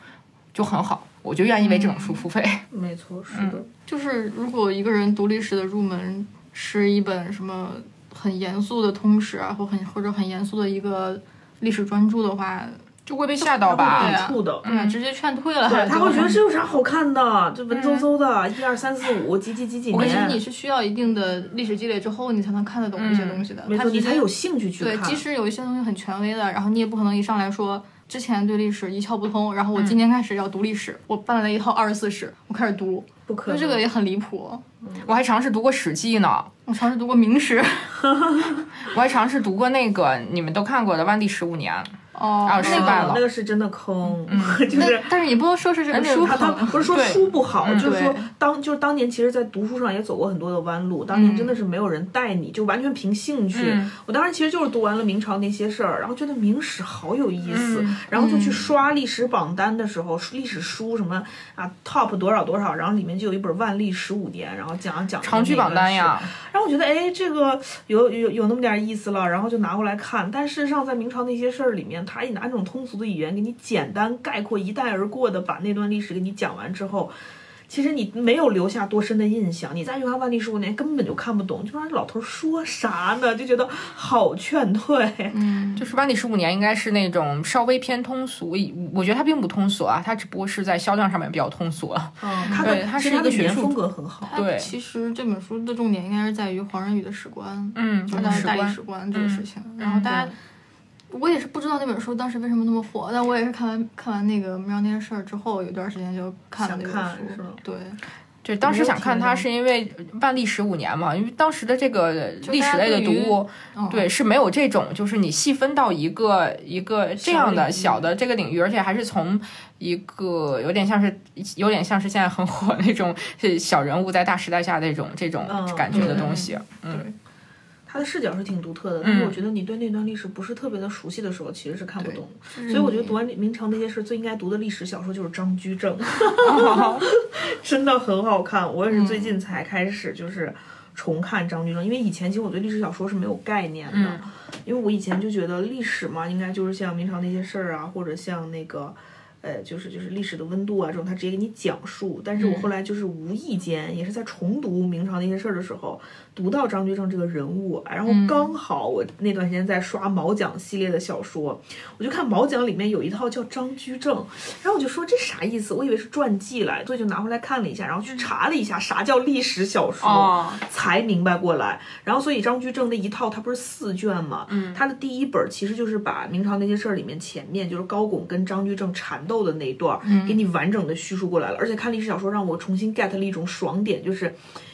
S1: 就很好，我就愿意为这种
S2: 嗯
S1: 书付费。
S2: 没错，是的，
S3: 就是如果一个人读历史的入门是一本什么很严肃的通史啊，或很或者很严肃的一个历史专著的话，
S1: 就会被吓到啊吧？
S2: 抵触的。
S3: 嗯，直接劝退了。
S2: 对，他会觉得
S3: 是。
S2: 这有啥好看的？这文绉绉的，一二三四五，几几几几
S3: 我跟你说，你
S2: 年，
S3: 是需要一定的历史积累之后，你才能看得懂这些东西的。
S2: 没
S3: 他
S2: 错，
S3: 直
S2: 你才
S3: 接
S2: 有兴趣去
S3: 对，
S2: 看
S3: 即。使有一些东西很权威的，然后你也不可能一上来说之前对历史一窍不通，然后
S2: 嗯
S3: 我今天开始要读历史，我办了一套二十四史，我开始读，
S2: 不
S3: 就
S2: 可
S3: 这
S2: 能
S3: 个也很离谱。
S1: 我还尝试读过《史记》呢，
S3: 我尝试读过明史，
S1: 我还尝试读过那个你们都看过的《万历十五年》。
S3: 哦，
S1: 啊
S3: 那
S1: 失
S3: 个
S1: 败了
S2: 那个是真的坑， 就是
S3: 但但是也不能说是这个书
S2: 他他
S3: 坑，
S2: 不是说
S1: 对
S2: 书不好，
S1: 嗯
S2: 就是说
S3: 对
S2: 当就是当年其实，在读书上也走过很多的弯路，当年真的是没有人带你，就完全凭兴趣。
S1: 嗯
S2: 我当时其实就是读完了明朝那些事儿，然后觉得明史好有意思，
S1: 嗯
S2: 然后就去刷历史榜单的时候，历史书什么啊 top 多少多少，然后里面就有一本《万历十五年》，然后讲讲
S1: 长居榜单呀。，
S2: 然后我觉得，哎，这个有有有那么点意思了，然后就拿过来看。但事实上，在明朝那些事儿里面，他一拿这种通俗的语言给你简单概括、一带而过的把那段历史给你讲完之后，其实你没有留下多深的印象。你再去看《万历十五年》，根本就看不懂，就让老头儿说啥呢？就觉得好劝退。
S3: 嗯
S1: 就是《万历十五年》应该是那种稍微偏通俗，我觉得它并不通俗啊，它只不过是在销量上面比较通俗了。
S2: 嗯，他
S1: 对
S2: 的
S1: 他
S2: 其
S1: 是
S2: 实
S1: 一
S2: 他
S1: 个
S2: 的
S1: 学
S2: 语言
S1: 术
S2: 风格很好。
S1: 对
S3: 其实这本书的重点应该是在于黄仁宇的史观，
S1: 嗯，
S3: 就
S1: 看
S2: 哦
S1: 到
S3: 是他的
S1: 史
S3: 大历
S1: 观
S3: 史观这
S2: 嗯
S3: 个事情。然后大家，我也是不知道那本书当时为什么那么火，但我也是看完看完那个《明朝那些事儿》之后，有段时间就看了
S2: 想
S3: 那本
S2: 看
S3: 书
S2: 是吗。
S3: 对，
S1: 对，当时想看它
S2: 没有
S1: 是因为万历十五年嘛，因为当时的这个
S3: 就
S1: 历
S3: 大
S1: 史
S3: 家
S1: 类的
S3: 对
S1: 读
S3: 于
S1: 物，
S3: 嗯
S1: 对，是没有这种，就是你细分到一个一个这样的
S2: 小
S1: 小
S2: 领域
S1: 的这个领域，而且还是从一个有点像是有点像是现在很火那种是小人物在大时代下那种这种
S2: 嗯
S1: 感觉的东西。嗯，
S3: 对
S2: 他的视角是挺独特的，但是
S1: 嗯
S2: 我觉得你对那段历史不是特别的熟悉的时候，其实是看不
S3: 对
S2: 懂的。
S3: 所
S2: 所以我
S1: 嗯
S2: 觉得读完明朝那些事儿，最应该读的历史小说就是张居正，真的很好看。我也是最近才开始就是重看张居正，因为以前其实我对历史小说是没有概念的，因为我以前就觉得历史嘛，应该就是像明朝那些事儿啊，或者像那个。呃，就是就是历史的温度啊，这种他直接给你讲述。但是我后来就是无意间，也是在重读明朝那些事儿的时候，读到张居正这个人物，哎然后刚好我那段时间在刷毛讲系列的小说，我就看毛讲里面有一套叫张居正，然后我就说这啥意思？我以为是传记来，所以就拿回来看了一下，然后去查了一下啥叫历史小说，
S1: 哦
S2: 才明白过来。然后所以张居正那一套，它不是四卷嘛？嗯，他的第一本其实就是把明朝那些事儿里面前面就是高拱跟张居正缠斗的那一段儿，给你完整的叙述过来了。而且看历史小说让我重新 get 了一种爽点，就是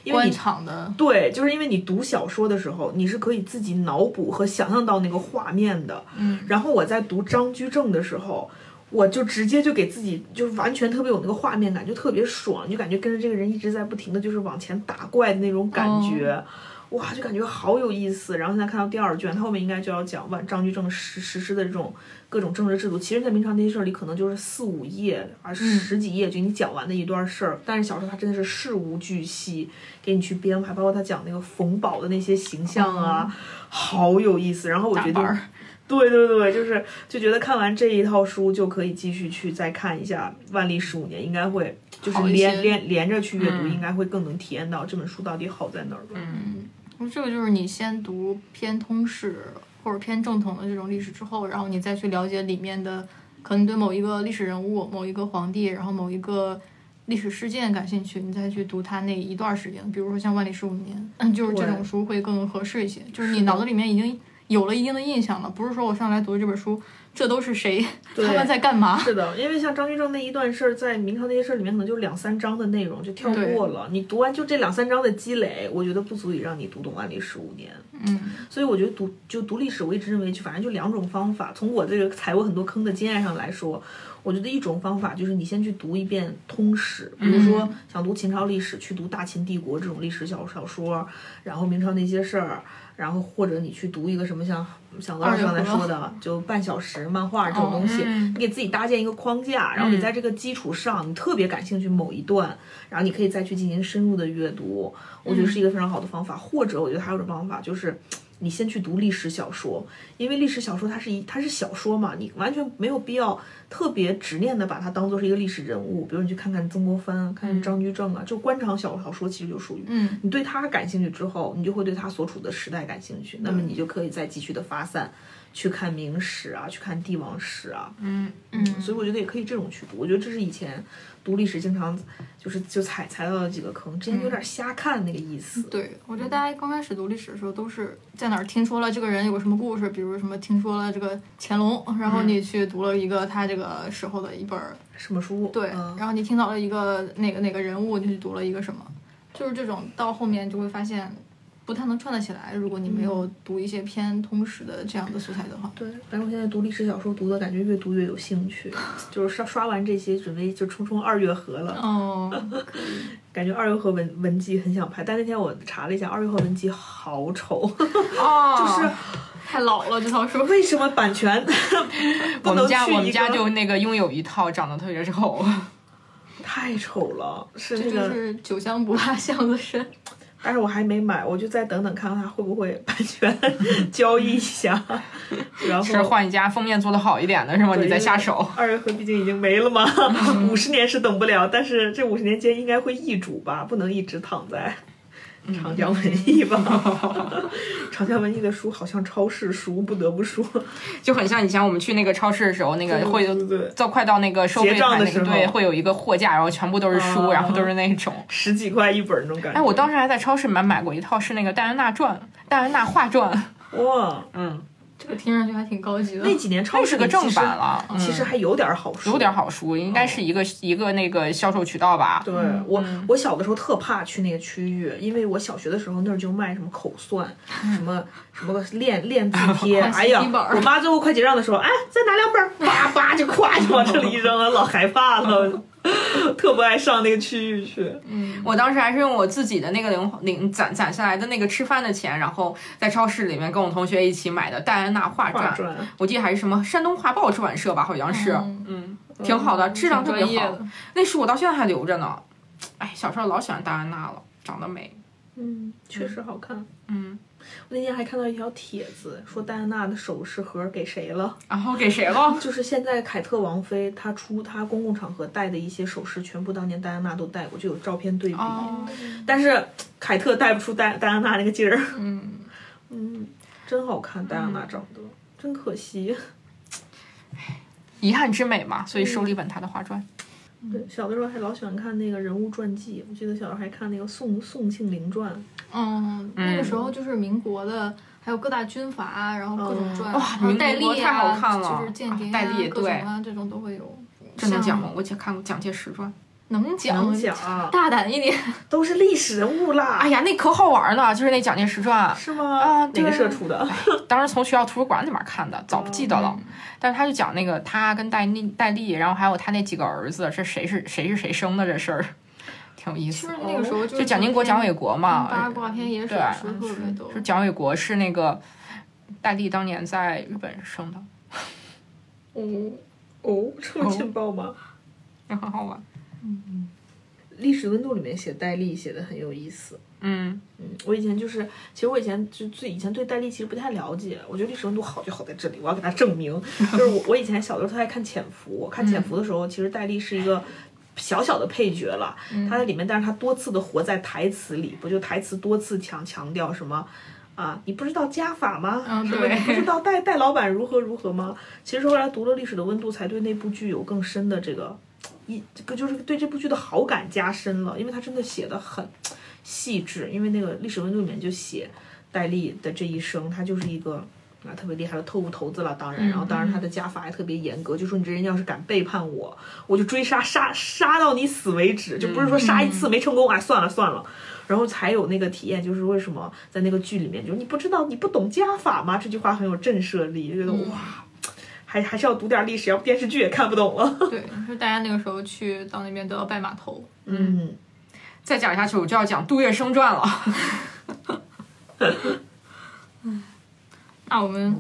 S2: 因为
S3: 官
S2: 你
S3: 场的
S2: 对，就是因为你读小说的时候，你是可以自己脑补和想象到那个画面的。嗯，然后我在读张居正的时候，我就直接就给自己就是完全特别有那个画面感，就特别爽，你就感觉跟着这个人一直在不停的就是往前打怪的那种感觉。
S3: 哦
S2: 哇，就感觉好有意思。然后现在看到第二卷，它后面应该就要讲万张居正实实施的这种各种政治制度。其实，在明朝那些事儿里，可能就是四五页啊，
S3: 嗯
S2: 十几页就给你讲完的一段事儿。但是小说它真的是事无巨细给你去编排，包括他讲那个冯宝的那些形象啊，好有意思。然后我决
S3: 哦板
S2: 定
S3: 儿，
S2: 对对对，就是就觉得看完这一套书就可以继续去再看一下《万历十五年》，应该会就是
S3: 好一些
S2: 连
S3: 嗯
S2: 连连着去阅读，应该会更能体验到这本书到底好在哪儿吧。
S3: 这个就是你先读偏通史或者偏正统的这种历史之后，然后你再去了解里面的，可能对某一个历史人物、某一个皇帝，然后某一个历史事件感兴趣，你再去读他那一段时间，比如说像《万历十五年》，嗯，就是这种
S2: 对
S3: 书会更合适一些。就是你脑子里面已经有了一定的印象了，不是说我上来读这本书，这都是谁，他们在干嘛？
S2: 是的，因为像张居正那一段事儿，在明朝那些事儿里面，可能就两三章的内容就跳
S3: 对
S2: 过了。你读完就这两三章的积累，我觉得不足以让你读懂《万历十五年》。
S3: 嗯，
S2: 所以我觉得读就读历史，我一直认为就反正就两种方法。从我这个踩过很多坑的经验上来说，我觉得一种方法就是你先去读一遍通史，比如说想读秦朝历史，去读《大秦帝国》这种历史小小说，然后明朝那些事儿，然后或者你去读一个什么像像老师刚才说的，啊就半小时漫画这种东西，
S1: 嗯
S2: 你给自己搭建一个框架，然后你在这个基础上，你特别感兴趣某一段，然后你可以再去进行深入的阅读，我觉得是一个非常好的方法。或者我觉得还有一种方法就是。你先去读历史小说，因为历史小说它是一它是小说嘛，你完全没有必要特别执念的把它当做是一个历史人物。比如你去看看曾国藩啊，看看张居正啊，就官场小小说其实就属于。
S3: 嗯
S2: 你对他感兴趣之后，你就会对他所处的时代感兴趣，那么你就可以再继续的发散。去看明史啊，去看帝王史啊，
S1: 嗯，
S3: 嗯，
S2: 所以我觉得也可以这种去读。我觉得这是以前读历史经常就是就踩踩到的几个坑，之前
S1: 嗯
S2: 有点瞎看那个意思。
S3: 对，我觉得大家刚开始读历史的时候，都是在哪儿听说了这个人有个什么故事，比如什么听说了这个乾隆，然
S2: 嗯
S3: 后你去读了一个他这个时候的一本儿，
S2: 什么书？
S3: 对，
S2: 嗯
S3: 然后你听到了一个哪个哪个人物，你去读了一个什么，就是这种到后面就会发现不太能串得起来。如果你没有读一些偏通史的这样的素材的话，
S2: 嗯对，反正我现在读历史小说读的感觉越读越有 兴趣，就是刷刷完这些，准备就冲冲二月河了。
S1: 嗯
S3: 哦，
S2: 感觉二月河文文集很想拍，但那天我查了一下，二月河文集好丑，
S1: 哦，
S2: 就是
S3: 太老了这套书。
S2: 为什么 版权不
S1: 我们
S2: 能去
S1: 家我们
S2: 一
S1: 家
S2: 个
S1: 就那个拥有一套，长得特别丑。
S2: 太丑了？是
S3: 这
S2: 那
S3: 就
S2: 个，
S3: 是酒香不怕巷子深，
S2: 但是我还没买，我就再等等看看它会不会版 权交易一下，然
S1: 是
S2: 后。
S1: 换一家封面做的好一点的是吗？
S2: 对
S1: 你再下手。
S2: 二月河毕竟已经没了嘛，
S1: 嗯
S2: 五十年是等不了，但是这五十年间应该会易主吧，不能一直躺在
S1: 嗯
S2: 长江文 艺吧？长江文艺的书好像超市书，不得不说，
S1: 就很像以前我们去那个超市的时候，那个 会
S2: 对对对
S1: 到快到那个收费
S2: 结账
S1: 台
S2: 的
S1: 那个
S2: 时候
S1: 对，会有一个货架，然后全部都是书，
S2: 啊
S1: 然后都是那种。
S2: 十几块一本那种感觉。
S1: 哎，我当时还在超市里面买过一套，是那个戴安娜传、戴安娜画传，
S2: 哇，
S1: 嗯，
S3: 这个听上去还挺高级的。
S2: 那几年超
S1: 那
S2: 市
S1: 是个正版了，嗯
S2: 哎其实，其实还有点好书，
S1: 有点。好书，应该是一个一个那个销售渠道吧。
S2: 对我，
S1: 嗯
S2: 我小的时候特怕去那个区域，因为我小学的时候那儿就卖什么口算，
S1: 嗯
S2: 什么什么练 练字贴，
S3: 快
S2: 哎呀
S3: 洗衣本儿，
S2: 我妈最后快结账的时候，哎，再拿两本儿，叭叭就咵就往这里一扔，老害怕了， 特不爱上那个区域去。
S1: 我当时还是用我自己的那个零零攒攒下来的那个吃饭的钱，然后在超市里面跟我同学一起买的《戴安娜画
S2: 画
S1: 传》
S2: 传，
S1: 啊我记得还是什么山东画报出版社吧，好像是，
S3: 嗯
S1: 嗯，挺好的，质量特别好。那书我到现在还留着呢。哎，小时候老喜欢戴安娜了，长得美。
S2: 嗯，确实好看。
S1: 嗯，
S2: 我那天还看到一条帖子，说戴安娜的首饰盒给谁了？
S1: 然后给谁了？
S2: 就是现在凯特王妃她出她公共场合戴的一些首饰，全部当年戴安娜都戴过，就有照片对比。
S1: 哦，
S2: 但是凯特戴不出戴戴安娜那个劲儿，
S3: 嗯，
S2: 嗯，真好看，戴安娜长得、真可惜。
S1: 遗憾之美嘛，所以手里本她的画传。
S2: 对，小的时候还老喜欢看那个人物传记，我记得小时候还看那个宋宋庆龄传，
S3: 嗯，那个时候就是民国的，还有各大军阀，啊然后各种传，
S1: 哇
S3: 还有戴
S1: 民国
S3: 笠
S1: 太好
S3: 啊，
S1: 看了
S3: 就是间谍、啊、
S1: 戴笠
S3: 各种啊，这种都会有。
S1: 这能
S3: 嗯
S1: 讲吗？我姐看过蒋介石传。
S3: 能讲，
S2: 能讲啊，
S3: 大胆一点。
S2: 都是历史人物啦。
S1: 哎呀，那可好玩了，就是那蒋介石传，
S2: 是吗？
S1: 啊
S2: 哪个
S1: 对
S2: 社出的？
S1: 当时从学校图书馆里面看的，早不记得了。
S3: 嗯
S1: 但是他就讲那个他跟戴笠、戴笠，然后还有他那几个儿子，这谁是谁是谁生的这事儿，挺有意
S3: 其
S1: 思
S3: 实
S1: 的。
S3: 那个时候
S1: 哦就蒋经国、蒋纬国嘛，
S3: 八卦片也水
S1: 嗯对
S3: 说特别多
S1: 就。蒋纬国是那个戴笠当年在日本生的，
S2: 哦哦，这么劲爆吗？
S1: 也很好玩。
S2: 历史温度里面写戴笠写的很有意思。
S1: 嗯，
S2: 我以前就是，其实我以前就最以前对戴笠其实不太了解，我觉得历史温度好就好在这里，我要给他证 明。就是我我以前小的时候特爱看《潜伏》，我看《
S3: 嗯
S2: 潜伏》的时候，其实戴笠是一个。小小的配角了，
S3: 嗯
S2: 他在里面，但是他多次的活在台词里，不就台词多次强强调什么啊？你不知道加法吗？
S3: 嗯
S2: 什么
S3: 对
S2: 你不知道戴戴老板如何如何吗？其实后来读了《历史的温度》，才对那部剧有更深的这个一这个就是对这部剧的好感加深了，因为他真的写的很细致，因为那个历史温度里面就写戴笠的这一生，他就是一个啊特别厉害的特务头子了，当然，然后当然他的家法还特别严格，就说你这人要是敢背叛我，我就追杀杀杀到你死为止，就不是说杀一次没成功，哎算了算了。然后才有那个体验，就是为什么在那个剧里面，就是你不知道你不懂家法吗？这句话很有震慑力，就觉得哇，还还是要读点历史，要不电视剧也看不懂了。
S3: 对，就是大家那个时候去到那边都要拜码头。
S2: 嗯，
S1: 再讲下去我就要讲杜月笙传了。
S3: 那我们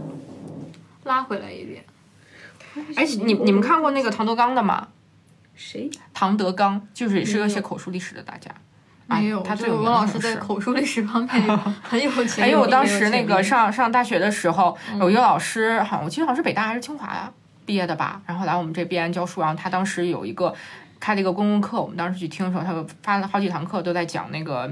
S3: 拉回来一点，
S1: 哎，你你们看过那个唐德刚的吗？
S2: 谁？
S1: 唐德刚就是也是个写口述历史的大家。哎
S3: 没有，
S1: 他最有
S3: 就是我
S1: 名的
S3: 老
S1: 可
S3: 师
S1: 能
S3: 在
S1: 是
S3: 口述历史方面 很有潜力。
S1: 哎，因为我当
S3: 很有
S1: 时那
S3: 潜
S1: 个
S3: 力
S1: 上上大学的时候，有一个老师，好像我记得好像是北大还是清华毕业的吧，然后来我们这边教书，然后他当时有一个。开了一个公共课，我们当时去听的时候，他就发了好几堂课都在讲那个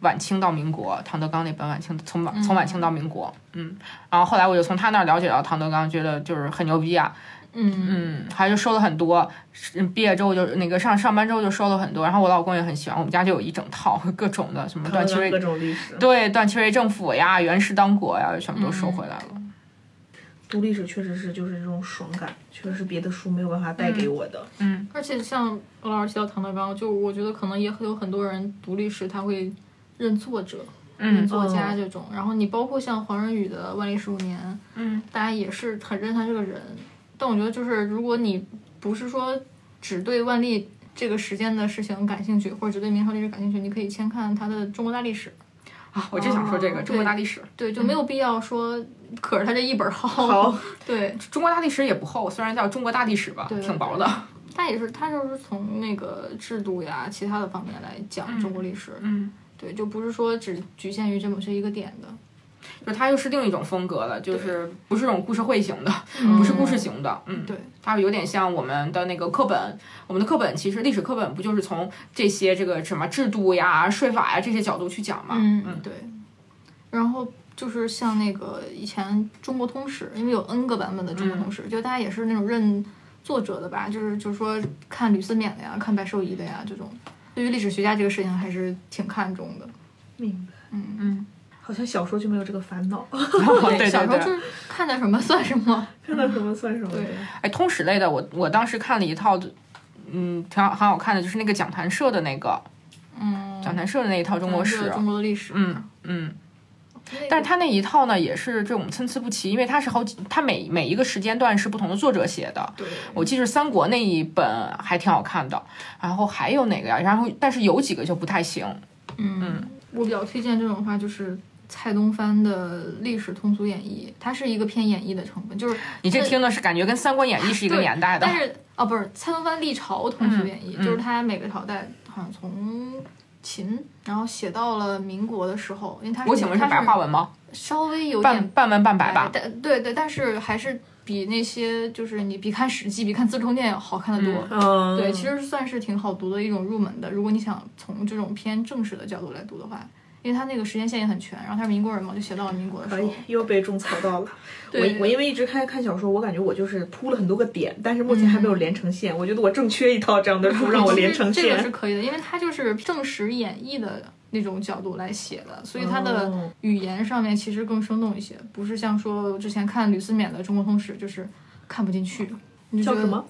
S1: 晚清到民国，唐德刚那本晚清从晚从晚清到民国，嗯，然后后来我就从他那儿了解到唐德刚，觉得就是很牛逼啊，
S3: 嗯，
S1: 嗯，还就收了很多，是毕业之后就那个上上班之后就收了很多，然后我老公也很喜欢，我们家就有一整套 各种的什么段祺瑞
S2: 各种历史，
S1: 对段祺瑞政府呀、袁氏当国呀，全部都
S3: 嗯
S1: 收回来了。
S2: 读历史确实是就是这种爽感，确实是别的书没有办法带给我的。
S3: 而且像欧老师提到唐德刚，就我觉得可能也有很多人读历史他会认作者、认
S1: 嗯
S3: 作家
S2: 嗯
S3: 这种，然后你包括像黄仁宇的《万历十五年》，
S1: 嗯，
S3: 大家也是很认他这个人，但我觉得就是如果你不是说只对万历这个时间的事情感兴趣，或者只对明朝历史感兴趣，你可以先看他的《中国大历史》。
S1: 啊，我就想说这个
S3: 哦
S1: 中国大历史，
S3: 对，就没有必要说可是他这一本厚，
S2: 好，
S3: 对，
S1: 中国大历史也不厚，虽然叫中国大历史吧，
S3: 对
S1: 挺薄的。
S3: 他也是他就是从那个制度呀其他的方面来讲中国历史，
S1: 嗯，
S3: 对，就不是说只局限于这某些一个点的，
S1: 就它又是另一种风格了，就是不是这种故事会型的，不是故事型的，嗯，
S3: 对，
S1: 它有点像我们的那个课本，我们的课本其实历史课本不就是从这些这个什么制度呀、税法呀这些角度去讲嘛，
S3: 嗯，对。然后就是像那个以前中国通史，因为有 N 个版本的中
S1: 嗯
S3: 国通史，就大家也是那种认作者的吧，就是就是说看吕思勉的呀，看白寿仪的呀这种。对于历史学家这个事情还是挺看重的。
S2: 明白，
S3: 嗯
S1: 嗯，
S2: 好像小时候就没有这个烦恼，
S1: 对对
S3: 小时候就
S1: 对，
S3: 是看点什么算什么。
S2: 看到什么算什么。
S3: 对，
S1: 哎，通史类的，我我当时看了一套，嗯，挺好，很好看的，就是那个讲谈社的那个
S3: 嗯，
S1: 讲谈社的那一套中国
S3: 就是
S1: 史，啊
S3: 中国的历史。啊
S1: 嗯嗯，
S3: 那个，
S1: 但是他那一套呢，也是这种参差不齐，因为它是好几，它每每一个时间段是不同的作者写的，
S3: 对，
S1: 我记得三国那一本还挺好看的，然后还有哪个呀？然后但是有几个就不太行。
S3: 嗯，我比较推荐这种的话就是。蔡东藩的历史通俗演绎，它是一个偏演绎的成分，就是
S1: 你这
S3: 那
S1: 听的是感觉跟《三国演义》是一个
S3: 对
S1: 年代的
S3: 但，是哦，不是蔡东藩历朝通俗演义，
S1: 嗯
S3: 就是他每个朝代好像从秦，然后写到了民国的时候，因为他
S1: 我请问是
S3: 他
S1: 白话文吗？
S3: 稍微有
S1: 半
S3: 点
S1: 半文半白吧？
S3: 但对对，但是还是比那些就是你比看《史记》、比看《资治通鉴》要好看得多。
S2: 嗯，
S3: 对，其实算是挺好读的一种入门的。如果你想从这种偏正史的角度来读的话，因为他那个时间线也很全，然后他是民国人嘛，就写到了民国的时
S2: 可
S3: 候
S2: 以。又被种草到了。我
S3: 对
S2: 我因为一直看看小说，我感觉我就是铺了很多个点，但是目前还没有连成线。我觉得我正缺一套这样的 书，让我
S3: 其
S2: 连
S3: 实
S2: 成
S3: 嗯这个是
S2: 线。
S3: 可以的，因为它就是正史演绎的那种角度来写的，所以它的
S2: 哦
S3: 语言上面其实更生动一些，不是像说我之前看吕思勉的《中国通史》就是看不进去。你
S2: 叫
S3: 就觉
S2: 什
S3: 得
S2: 么？？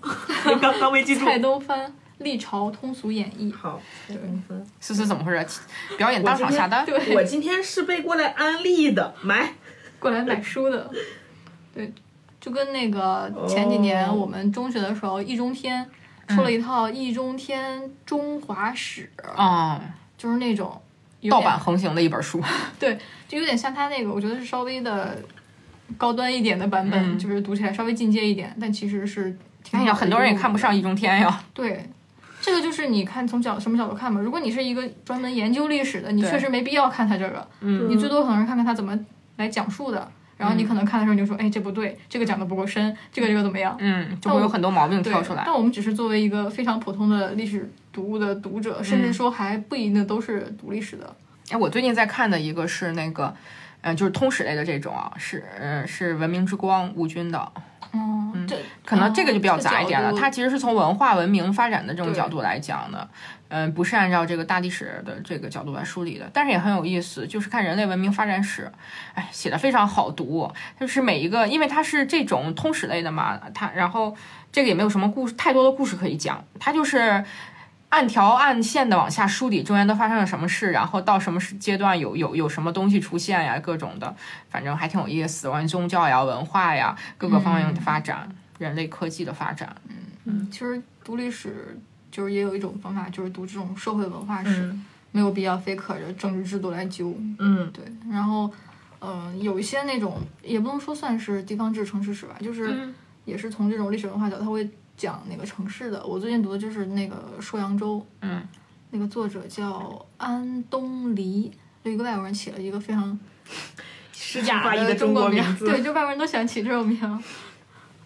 S2: 你刚刚没记住。
S3: 蔡东藩《历朝通俗演义》。
S2: 好，蔡东藩。
S1: 思思怎么回事？表演当场下单？
S2: 我今天是被过来安利的，买。
S3: 过来买书的，对，就跟那个前几年
S2: 哦
S3: 我们中学的时候，易中天
S1: 嗯
S3: 出了一套《易中天中华史》，
S1: 啊，
S3: 就是那种有
S1: 盗
S3: 点哦
S1: 版横行的一本书。
S3: 对，就有点像他那个，我觉得是稍微的高端一点的版本，
S1: 嗯
S3: 就是读起来稍微进阶一点，但其实是挺
S1: 哎
S3: 好
S1: 呀，
S3: 的
S1: 很多人也看不上
S3: 一
S1: 易中天呀。
S3: 部。对，这个就是你看从角什么角度看嘛。如果你是一个专门研究历史的，你
S1: 对
S3: 确实没必要看他这个，
S1: 嗯
S3: 你最多可能是看看他怎么来讲述的。然后你可能看的时候你就说，哎，这不对，这个讲的不够深，这个这个怎么样？
S1: 嗯，就会有很多毛病
S3: 对
S1: 挑出来。
S3: 但我们只是作为一个非常普通的历史读物的读者，
S1: 嗯
S3: 甚至说还不一定都是读历史的。
S1: 哎，我最近在看的一个是那个，嗯，就是通史类的这种啊，是呃是《文明之光》吴军的。
S3: 嗯，这
S1: 可能哦这个就比较杂一点了。
S3: 哦这角度
S1: 它其实是从文化文明发展的这种角度来讲的，嗯，不是按照这个大历史的这个角度来梳理的，但是也很有意思，就是看人类文明发展史，哎，写的非常好读，就是每一个，因为它是这种通史类的嘛，它然后这个也没有什么故事，太多的故事可以讲，它就是。按条按线的往下梳理，中间都发生了什么事，然后到什么时阶段有有有什么东西出现呀，各种的，反正还挺有意思。关于宗教呀、文化呀，各个方面
S3: 嗯
S1: 的发展，人类科技的发展。
S3: 其实读历史就是也有一种方法，就是读这种社会文化史，
S1: 嗯
S3: 没有必要非可着政治制度来揪。
S2: 嗯，
S3: 对，然后。嗯、有一些那种也不能说算是地方志、城市史吧，就是也是从这种历史文化角度，他会讲那个城市的。我最近读的就是那个《说扬州》，
S1: 嗯，
S3: 那个作者叫安东尼，有一个外国人起了一个非常
S2: 施
S3: 假
S2: 华一
S3: 的
S2: 的中
S3: 国
S2: 国名字。
S3: 对，就外国人都喜欢起这种名。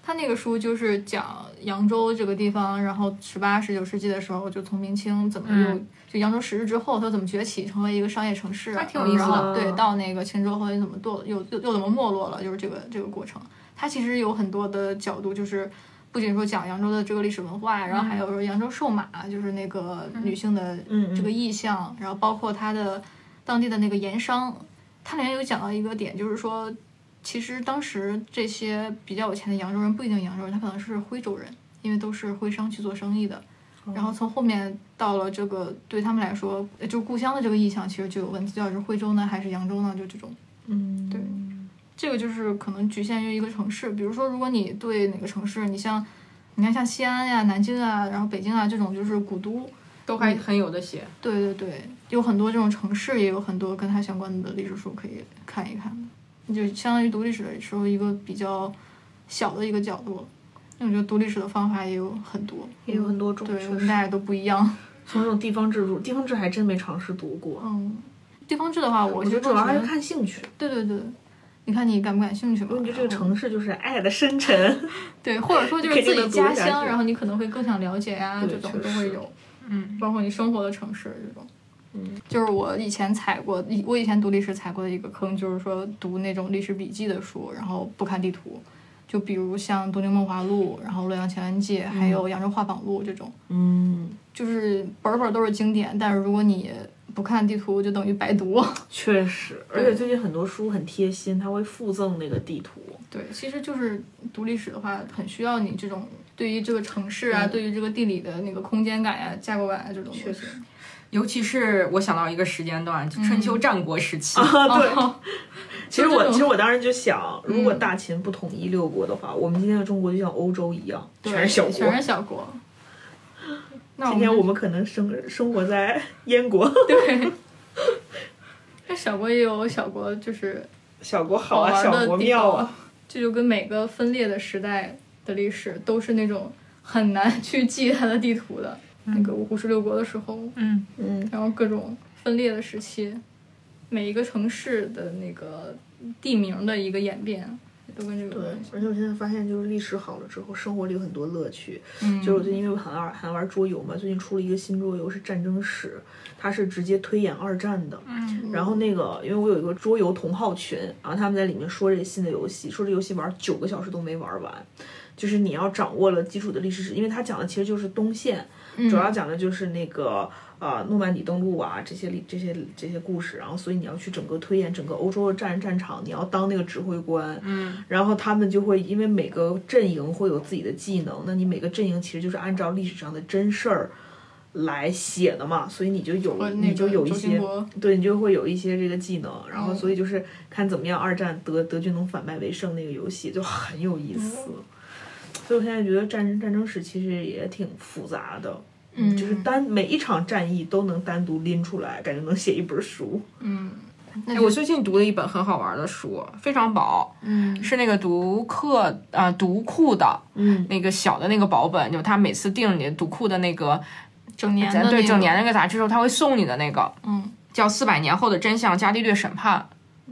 S3: 他那个书就是讲扬州这个地方，然后十八、十九世纪的时候，就从明清怎么又、就扬州十日之后，它怎么崛起成为一个商业城市，
S1: 嗯
S3: 啊
S1: 还挺有意思的嗯
S3: 然后对，到没个秦州后又怎么堕，又又又怎么没落了，就是这个这个过程。它其实有很多的角度，就是不仅说讲扬州的这个历史文化，然后还有说扬州瘦马，就是那个女性的
S2: 嗯嗯
S3: 这个意象，然后包括它的当地的那个盐商，它里面有讲到一个点，就是说。其实当时这些比较有钱的扬州人不一定扬州人，他可能是徽州人，因为都是徽商去做生意的。
S2: 哦
S3: 然后从后面到了这个对他们来说，呃就是故乡的这个意象，其实就有问题，到底是徽州呢，还是扬州呢？就这种，
S2: 嗯，
S3: 对这个就是可能局限于一个城市。比如说，如果你对哪个城市，你像你看像西安呀、南京啊，然后北京啊这种就是古都，
S1: 都还很有的写。
S3: 嗯对对对，有很多这种城市，也有很多跟它相关的历史书可以看一看的，就相当于读历史的时候一个比较小的一个角度。那我觉得读历史的方法也有很多，
S2: 也有很多种，
S3: 对
S2: 确
S3: 我们
S2: 实
S3: 大家都不一样。
S2: 从这种地方志入，地方志还真没尝试读过。
S3: 嗯，地方志的话，我
S2: 我
S3: 觉
S2: 觉
S3: 得
S2: 得主要还是
S3: 更喜欢
S2: 看兴趣，
S3: 对对对，你看你感不感兴趣嘛？
S2: 因为你觉得这个
S3: 然后
S2: 城市就是爱的深沉。
S3: 对，或者说就
S2: 肯定
S3: 是自己
S2: 能读得
S3: 家
S2: 下
S3: 乡，
S2: 去
S3: 然后你可能会更想了解呀、
S2: 对
S3: 这种
S2: 确
S3: 都会
S2: 实
S3: 有，
S1: 嗯，
S3: 包括你生活的城市这种。
S2: 嗯，
S3: 就是我以前踩过，以我以前读历史踩过的一个坑，就是说读那种历史笔记的书，然后不看地图，就比如像《东京梦华录》，然后《洛阳前湾记》，还有《扬州画舫录》这种，
S2: 嗯，
S3: 就是本儿本儿都是经典，但是如果你不看地图，就等于白读。
S2: 确实，而且最近很多书很贴心，它会附赠那个地图。
S3: 对，其实就是读历史的话，很需要你这种对于这个城市
S2: 嗯
S3: 啊，对于这个地理的那个空间感呀、架构感啊这种东西。
S1: 尤其是我想到一个时间段，
S3: 嗯
S1: 就春秋战国时期，哎
S2: 啊，对。
S3: 哦
S2: 其实
S3: 就这
S2: 我
S3: 种
S2: 其实我当时就嗯想，如果大秦不统一六国的话，我们今天的中国就像欧洲一样，
S3: 对
S2: 全是小国
S3: 全。是小国。那
S2: 今天我
S3: 我
S2: 们可能生生活在燕国，
S3: 对， 那小国也有小国就是
S2: 小国好
S3: 好
S2: 啊，
S3: 玩的
S2: 小
S3: 地
S2: 国
S3: 方，
S2: 妙啊。
S3: 这就跟每个分裂的时代的历史都是那种很难去记它的地图的。那个五胡十六国的时候，
S1: 嗯，
S2: 嗯，
S3: 然后各种分裂的时期，每一个城市的那个地名的一个演变，都跟这个
S2: 对
S3: 有关系。，
S2: 而且我现在发现，就是历史好了之后，生活里有很多乐趣。
S3: 嗯
S2: 就是我最近因为很爱玩很爱玩桌游嘛，最近出了一个新桌游是战争史，它是直接推演二战的。
S1: 嗯
S2: 然后那个，因为我有一个桌游同号群，然后他们在里面说这新的游戏，说这游戏玩九个小时都没玩完，就是你要掌握了基础的历史史，因为它讲的其实就是东线，主要讲的就是那个呃诺曼底登陆啊这些历这些这些故事，然后所以你要去整个推演整个欧洲的战战场，你要当那个指挥官，嗯，然后他们就会因为每个阵营会有自己的技能，那你每个阵营其实就是按照历史上的真事儿。来写的嘛，所以你就有、
S3: 和哦那
S2: 你就
S3: 个
S2: 有一
S3: 周
S2: 些
S3: 兴国
S2: 对你就会有一些这个技能，然后
S3: 嗯
S2: 所以就是看怎么样二战德德军能反败为胜那个游戏就很有意思，
S3: 嗯
S2: 所以我现在觉得战争战争史其实也挺复杂的，
S3: 嗯，
S2: 就是单每一场战役都能单独拎出来，感觉能写一本书。
S3: 嗯，那
S1: 哎，
S3: 就
S1: 我最近读了一本很好玩的书，非常薄，
S3: 嗯
S1: 是那个读客啊、读库的
S2: 嗯，
S1: 那个小的那个薄本，就他每次订你读库的那个，
S3: 整年的
S1: 咱对
S3: 那
S1: 整
S3: 个
S1: 年那个杂志时候，他会送你的那个
S3: 嗯
S1: 叫《四百年后的真相：伽利略审判》。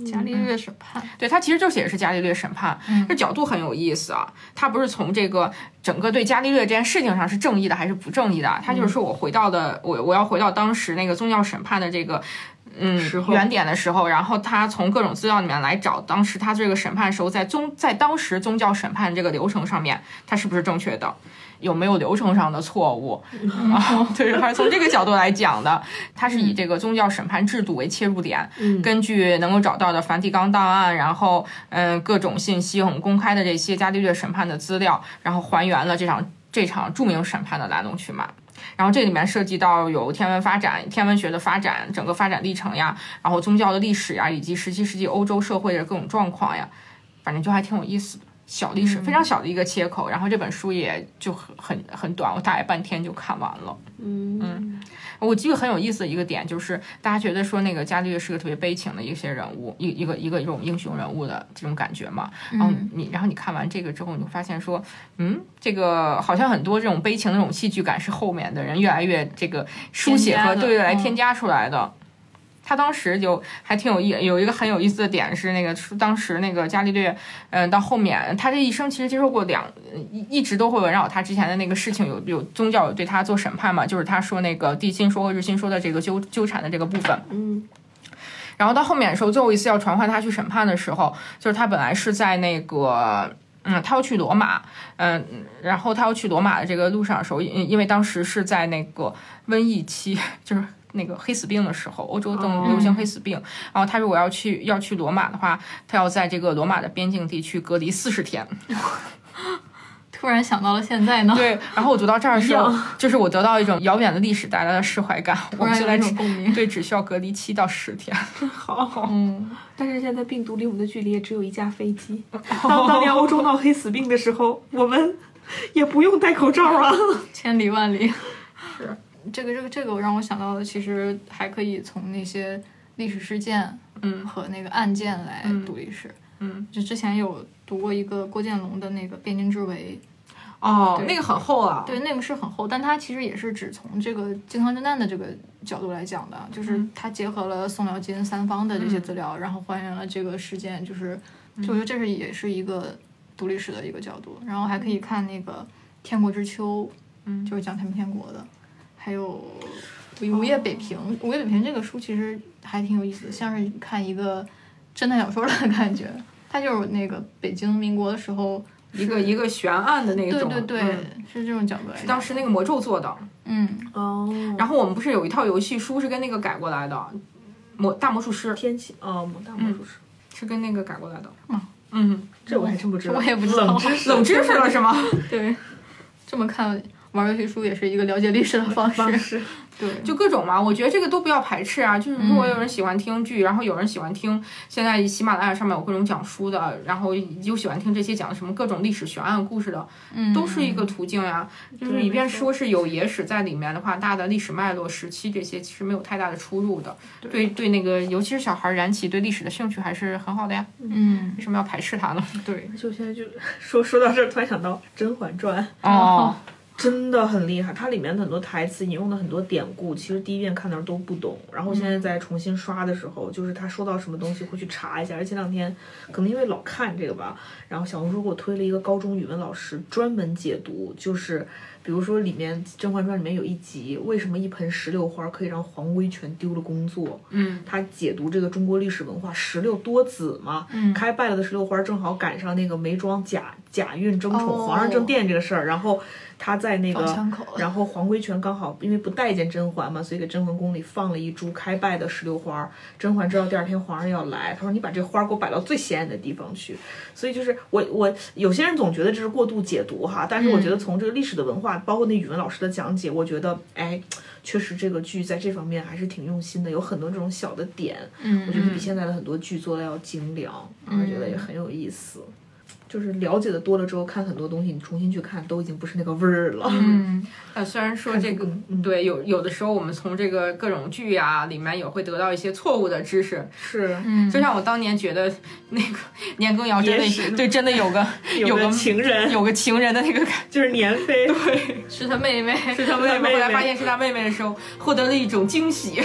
S3: 伽
S2: 嗯
S3: 利略审判，
S1: 对，它其实就写的是伽利略审判，这角度很有意思啊。它不是从这个整个对伽利略这件事情上是正义的还是不正义的啊，它
S2: 嗯
S1: 就是说我回到的，我我要回到当时那个宗教审判的这个。嗯
S2: 时，候
S1: 原点的时候，然后他从各种资料里面来找当时他这个审判时候在宗在当时宗教审判这个流程上面，他是不是正确的，有没有流程上的错 误，然后对，还是从这个角度来讲的，他是以这个宗教审判制度为切入点，根据能够找到的梵蒂冈档案，然后嗯各种信息，我们公开的这些伽利略审判的资料，然后还原了这场这场著名审判的来龙去脉。然后这里面涉及到有天文发展、天文学的发展、整个发展历程呀，然后宗教的历史呀，以及十七世纪欧洲社会的各种状况呀，反正就还挺有意思的。小历史非常小的一个切口，然后这本书也就很很很短，我大概半天就看完了。我记得很有意思的一个点就是，大家觉得说那个伽利略是个特别悲情的一些人物，一一个一个这种英雄人物的这种感觉嘛。然后
S3: 嗯
S1: 你，然后你看完这个之后，你会发现说，嗯，这个好像很多这种悲情的这种戏剧感是后面的人越来越这个书写
S3: 添加
S1: 和
S3: 的
S1: 对越来
S3: 嗯
S1: 添加出来的。他当时就还挺有意，有一个很有意思的点是那个当时那个伽利略，嗯、到后面他这一生其实接受过两一一直都会围绕他之前的那个事情有有宗教有对他做审判嘛，就是他说那个地心说和日心说的这个纠纠缠的这个部分。
S5: 嗯，
S1: 然后到后面的时候，最后一次要传唤他去审判的时候，就是他本来是在那个。嗯，他要去罗马，嗯，然后他要去罗马的这个路上的时候，因因为当时是在那个瘟疫期， 就是那个黑死病的时候，欧洲正流行黑死病，然后他如果要去要去罗马的话，他要在这个罗马的边境地区隔离四十天，
S3: 突然想到了现在呢，
S1: 对，然后我读到这儿的时候
S2: 一，
S1: 就是我得到一种遥远的历史带来的释怀感。
S3: 突
S1: 我们
S3: 然
S1: 现
S3: 有一
S1: 在只
S3: 种共鸣。
S1: 对只需要隔离七到十天，
S2: 好，
S3: 嗯，
S5: 但是现在病毒离我们的距离也只有一架飞机。
S2: 当当年欧洲闹黑死病的时候，我们也不用戴口罩啊。
S3: 千里万里。是 这个这个这个，让我想到的其实还可以从那些历史事件，
S1: 嗯
S3: 和那个案件来读历史。
S1: 嗯，
S3: 就之前有读过一个郭建龙的那个《汴京之围
S1: 哦
S3: 对
S1: 那个很厚了》，，
S3: 对，那个是很厚，但它其实也是只从这个靖康之难的这个角度来讲的，就是
S1: 嗯
S3: 它结合了宋辽金三方的这些资料，然后还原了这个事件，就是
S1: 嗯
S3: 就我觉得这是也是一个读历史的一个角度，然后还可以看那个《天国之秋》，
S1: 嗯哦
S3: 就是讲太平天国的，还有《午夜北平》。《午夜北平》这个书其实还挺有意思的，像是看一个侦探小说的 感觉。它就是那个北京民国的时候，
S1: 一个一个悬案的那
S3: 对
S1: 种，
S3: 对对，
S1: 嗯
S3: 是这种角度来
S1: 是
S3: 讲。
S1: 当时那个魔咒做的。
S3: 嗯，
S2: 哦，
S1: 然后我们不是有一套游戏书是跟那个改过来的，魔大魔术师
S2: 天气哦，大
S5: 嗯
S2: 魔术师，
S1: 是跟那个改过来的
S3: 嗯。
S1: 嗯，
S2: 这我还真不知道，
S3: 我也不知道
S2: 冷知识，
S1: 冷知识了是吗？
S3: 对，这么看玩游戏书也是一个了解历史的方
S2: 方
S3: 式。
S2: 式。
S3: 对，
S1: 就各种嘛，我觉得这个都不要排斥啊。就是如果有人喜欢听剧，然后有人喜欢听现在喜马拉雅上面有各种讲书的，然后又喜欢听这些讲什么各种历史悬案故事的，
S3: 嗯
S1: 都是一个途径呀、就是
S2: 对
S1: 以便
S2: 没错
S1: 说是有野史在里面的话，大的历史脉络、时期这些其实没有太大的出入的。
S2: 对
S1: 对对，那个尤其是小孩燃起对历史的兴趣还是很好的呀。
S3: 嗯
S1: 为什么要排斥它呢？
S3: 对，
S2: 就现在就说说到这儿，突然想到《甄嬛传》，
S1: 哦，
S2: 真的很厉害，它里面的很多台词引用的很多典故，其实第一遍看的时候都不懂，然后现在在重新刷的时候，就是他说到什么东西会去查一下。而前两天可能因为老看这个吧，然后小红书给我推了一个高中语文老师专门解读，就是比如说里面《甄嬛传》里面有一集，为什么一盆石榴花可以让黄薇全丢了工作？
S1: 嗯，
S2: 他解读这个中国历史文化，石榴多子嘛，开败了的石榴花正好赶上那个梅庄假假孕争宠，
S3: 哦
S2: 皇上争殿这个事儿，然后他在那
S3: 找
S2: 个
S3: 枪口了，
S2: 然后黄规全刚好因为不待见甄嬛嘛，所以给甄嬛宫里放了一株开败的石榴花儿。甄嬛知道第二天皇上要来，她说：“你把这花儿给我摆到最显眼的地方去。”所以就是我我有些人总觉得这是过度解读哈，但是我觉得从这个历史的文化，包括那语文老师的讲解，我觉得哎，确实这个剧在这方面还是挺用心的，有很多这种小的点，
S3: 嗯
S2: 我觉得比现在的很多剧做的要精良，然后觉得也很有意思。就是了解的多了之后，看很多东西，你重新去看，都已经不是那个味儿了。
S3: 嗯
S1: 呃，虽然说这个
S2: 更嗯
S1: 对有有的时候我们从这个各种剧啊里面也会得到一些错误的知识，
S2: 是，
S3: 嗯，
S1: 就像我当年觉得那个 年羹尧真
S2: 野史
S1: 的对真的有个 有
S2: 有
S1: 个
S2: 个情人，
S1: 有个情人的那个感
S2: 就是年妃，
S3: 是他妹妹，
S1: 觉，他
S2: 妹妹
S1: 后来发现是他妹妹的时候，获得了一种惊喜。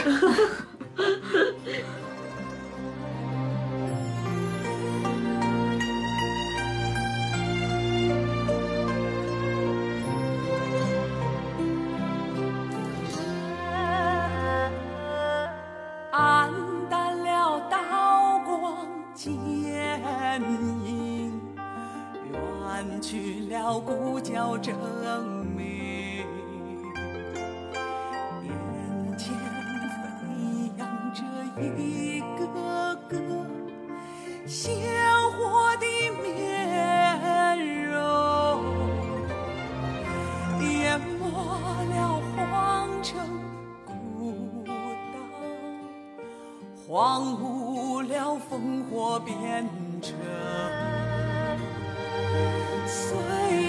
S4: 黯淡了刀光剑影，远去了鼓角争鸣。眼前飞扬着一个个鲜活的面容。淹没了荒城古道，荒芜了烽火边城。岁啊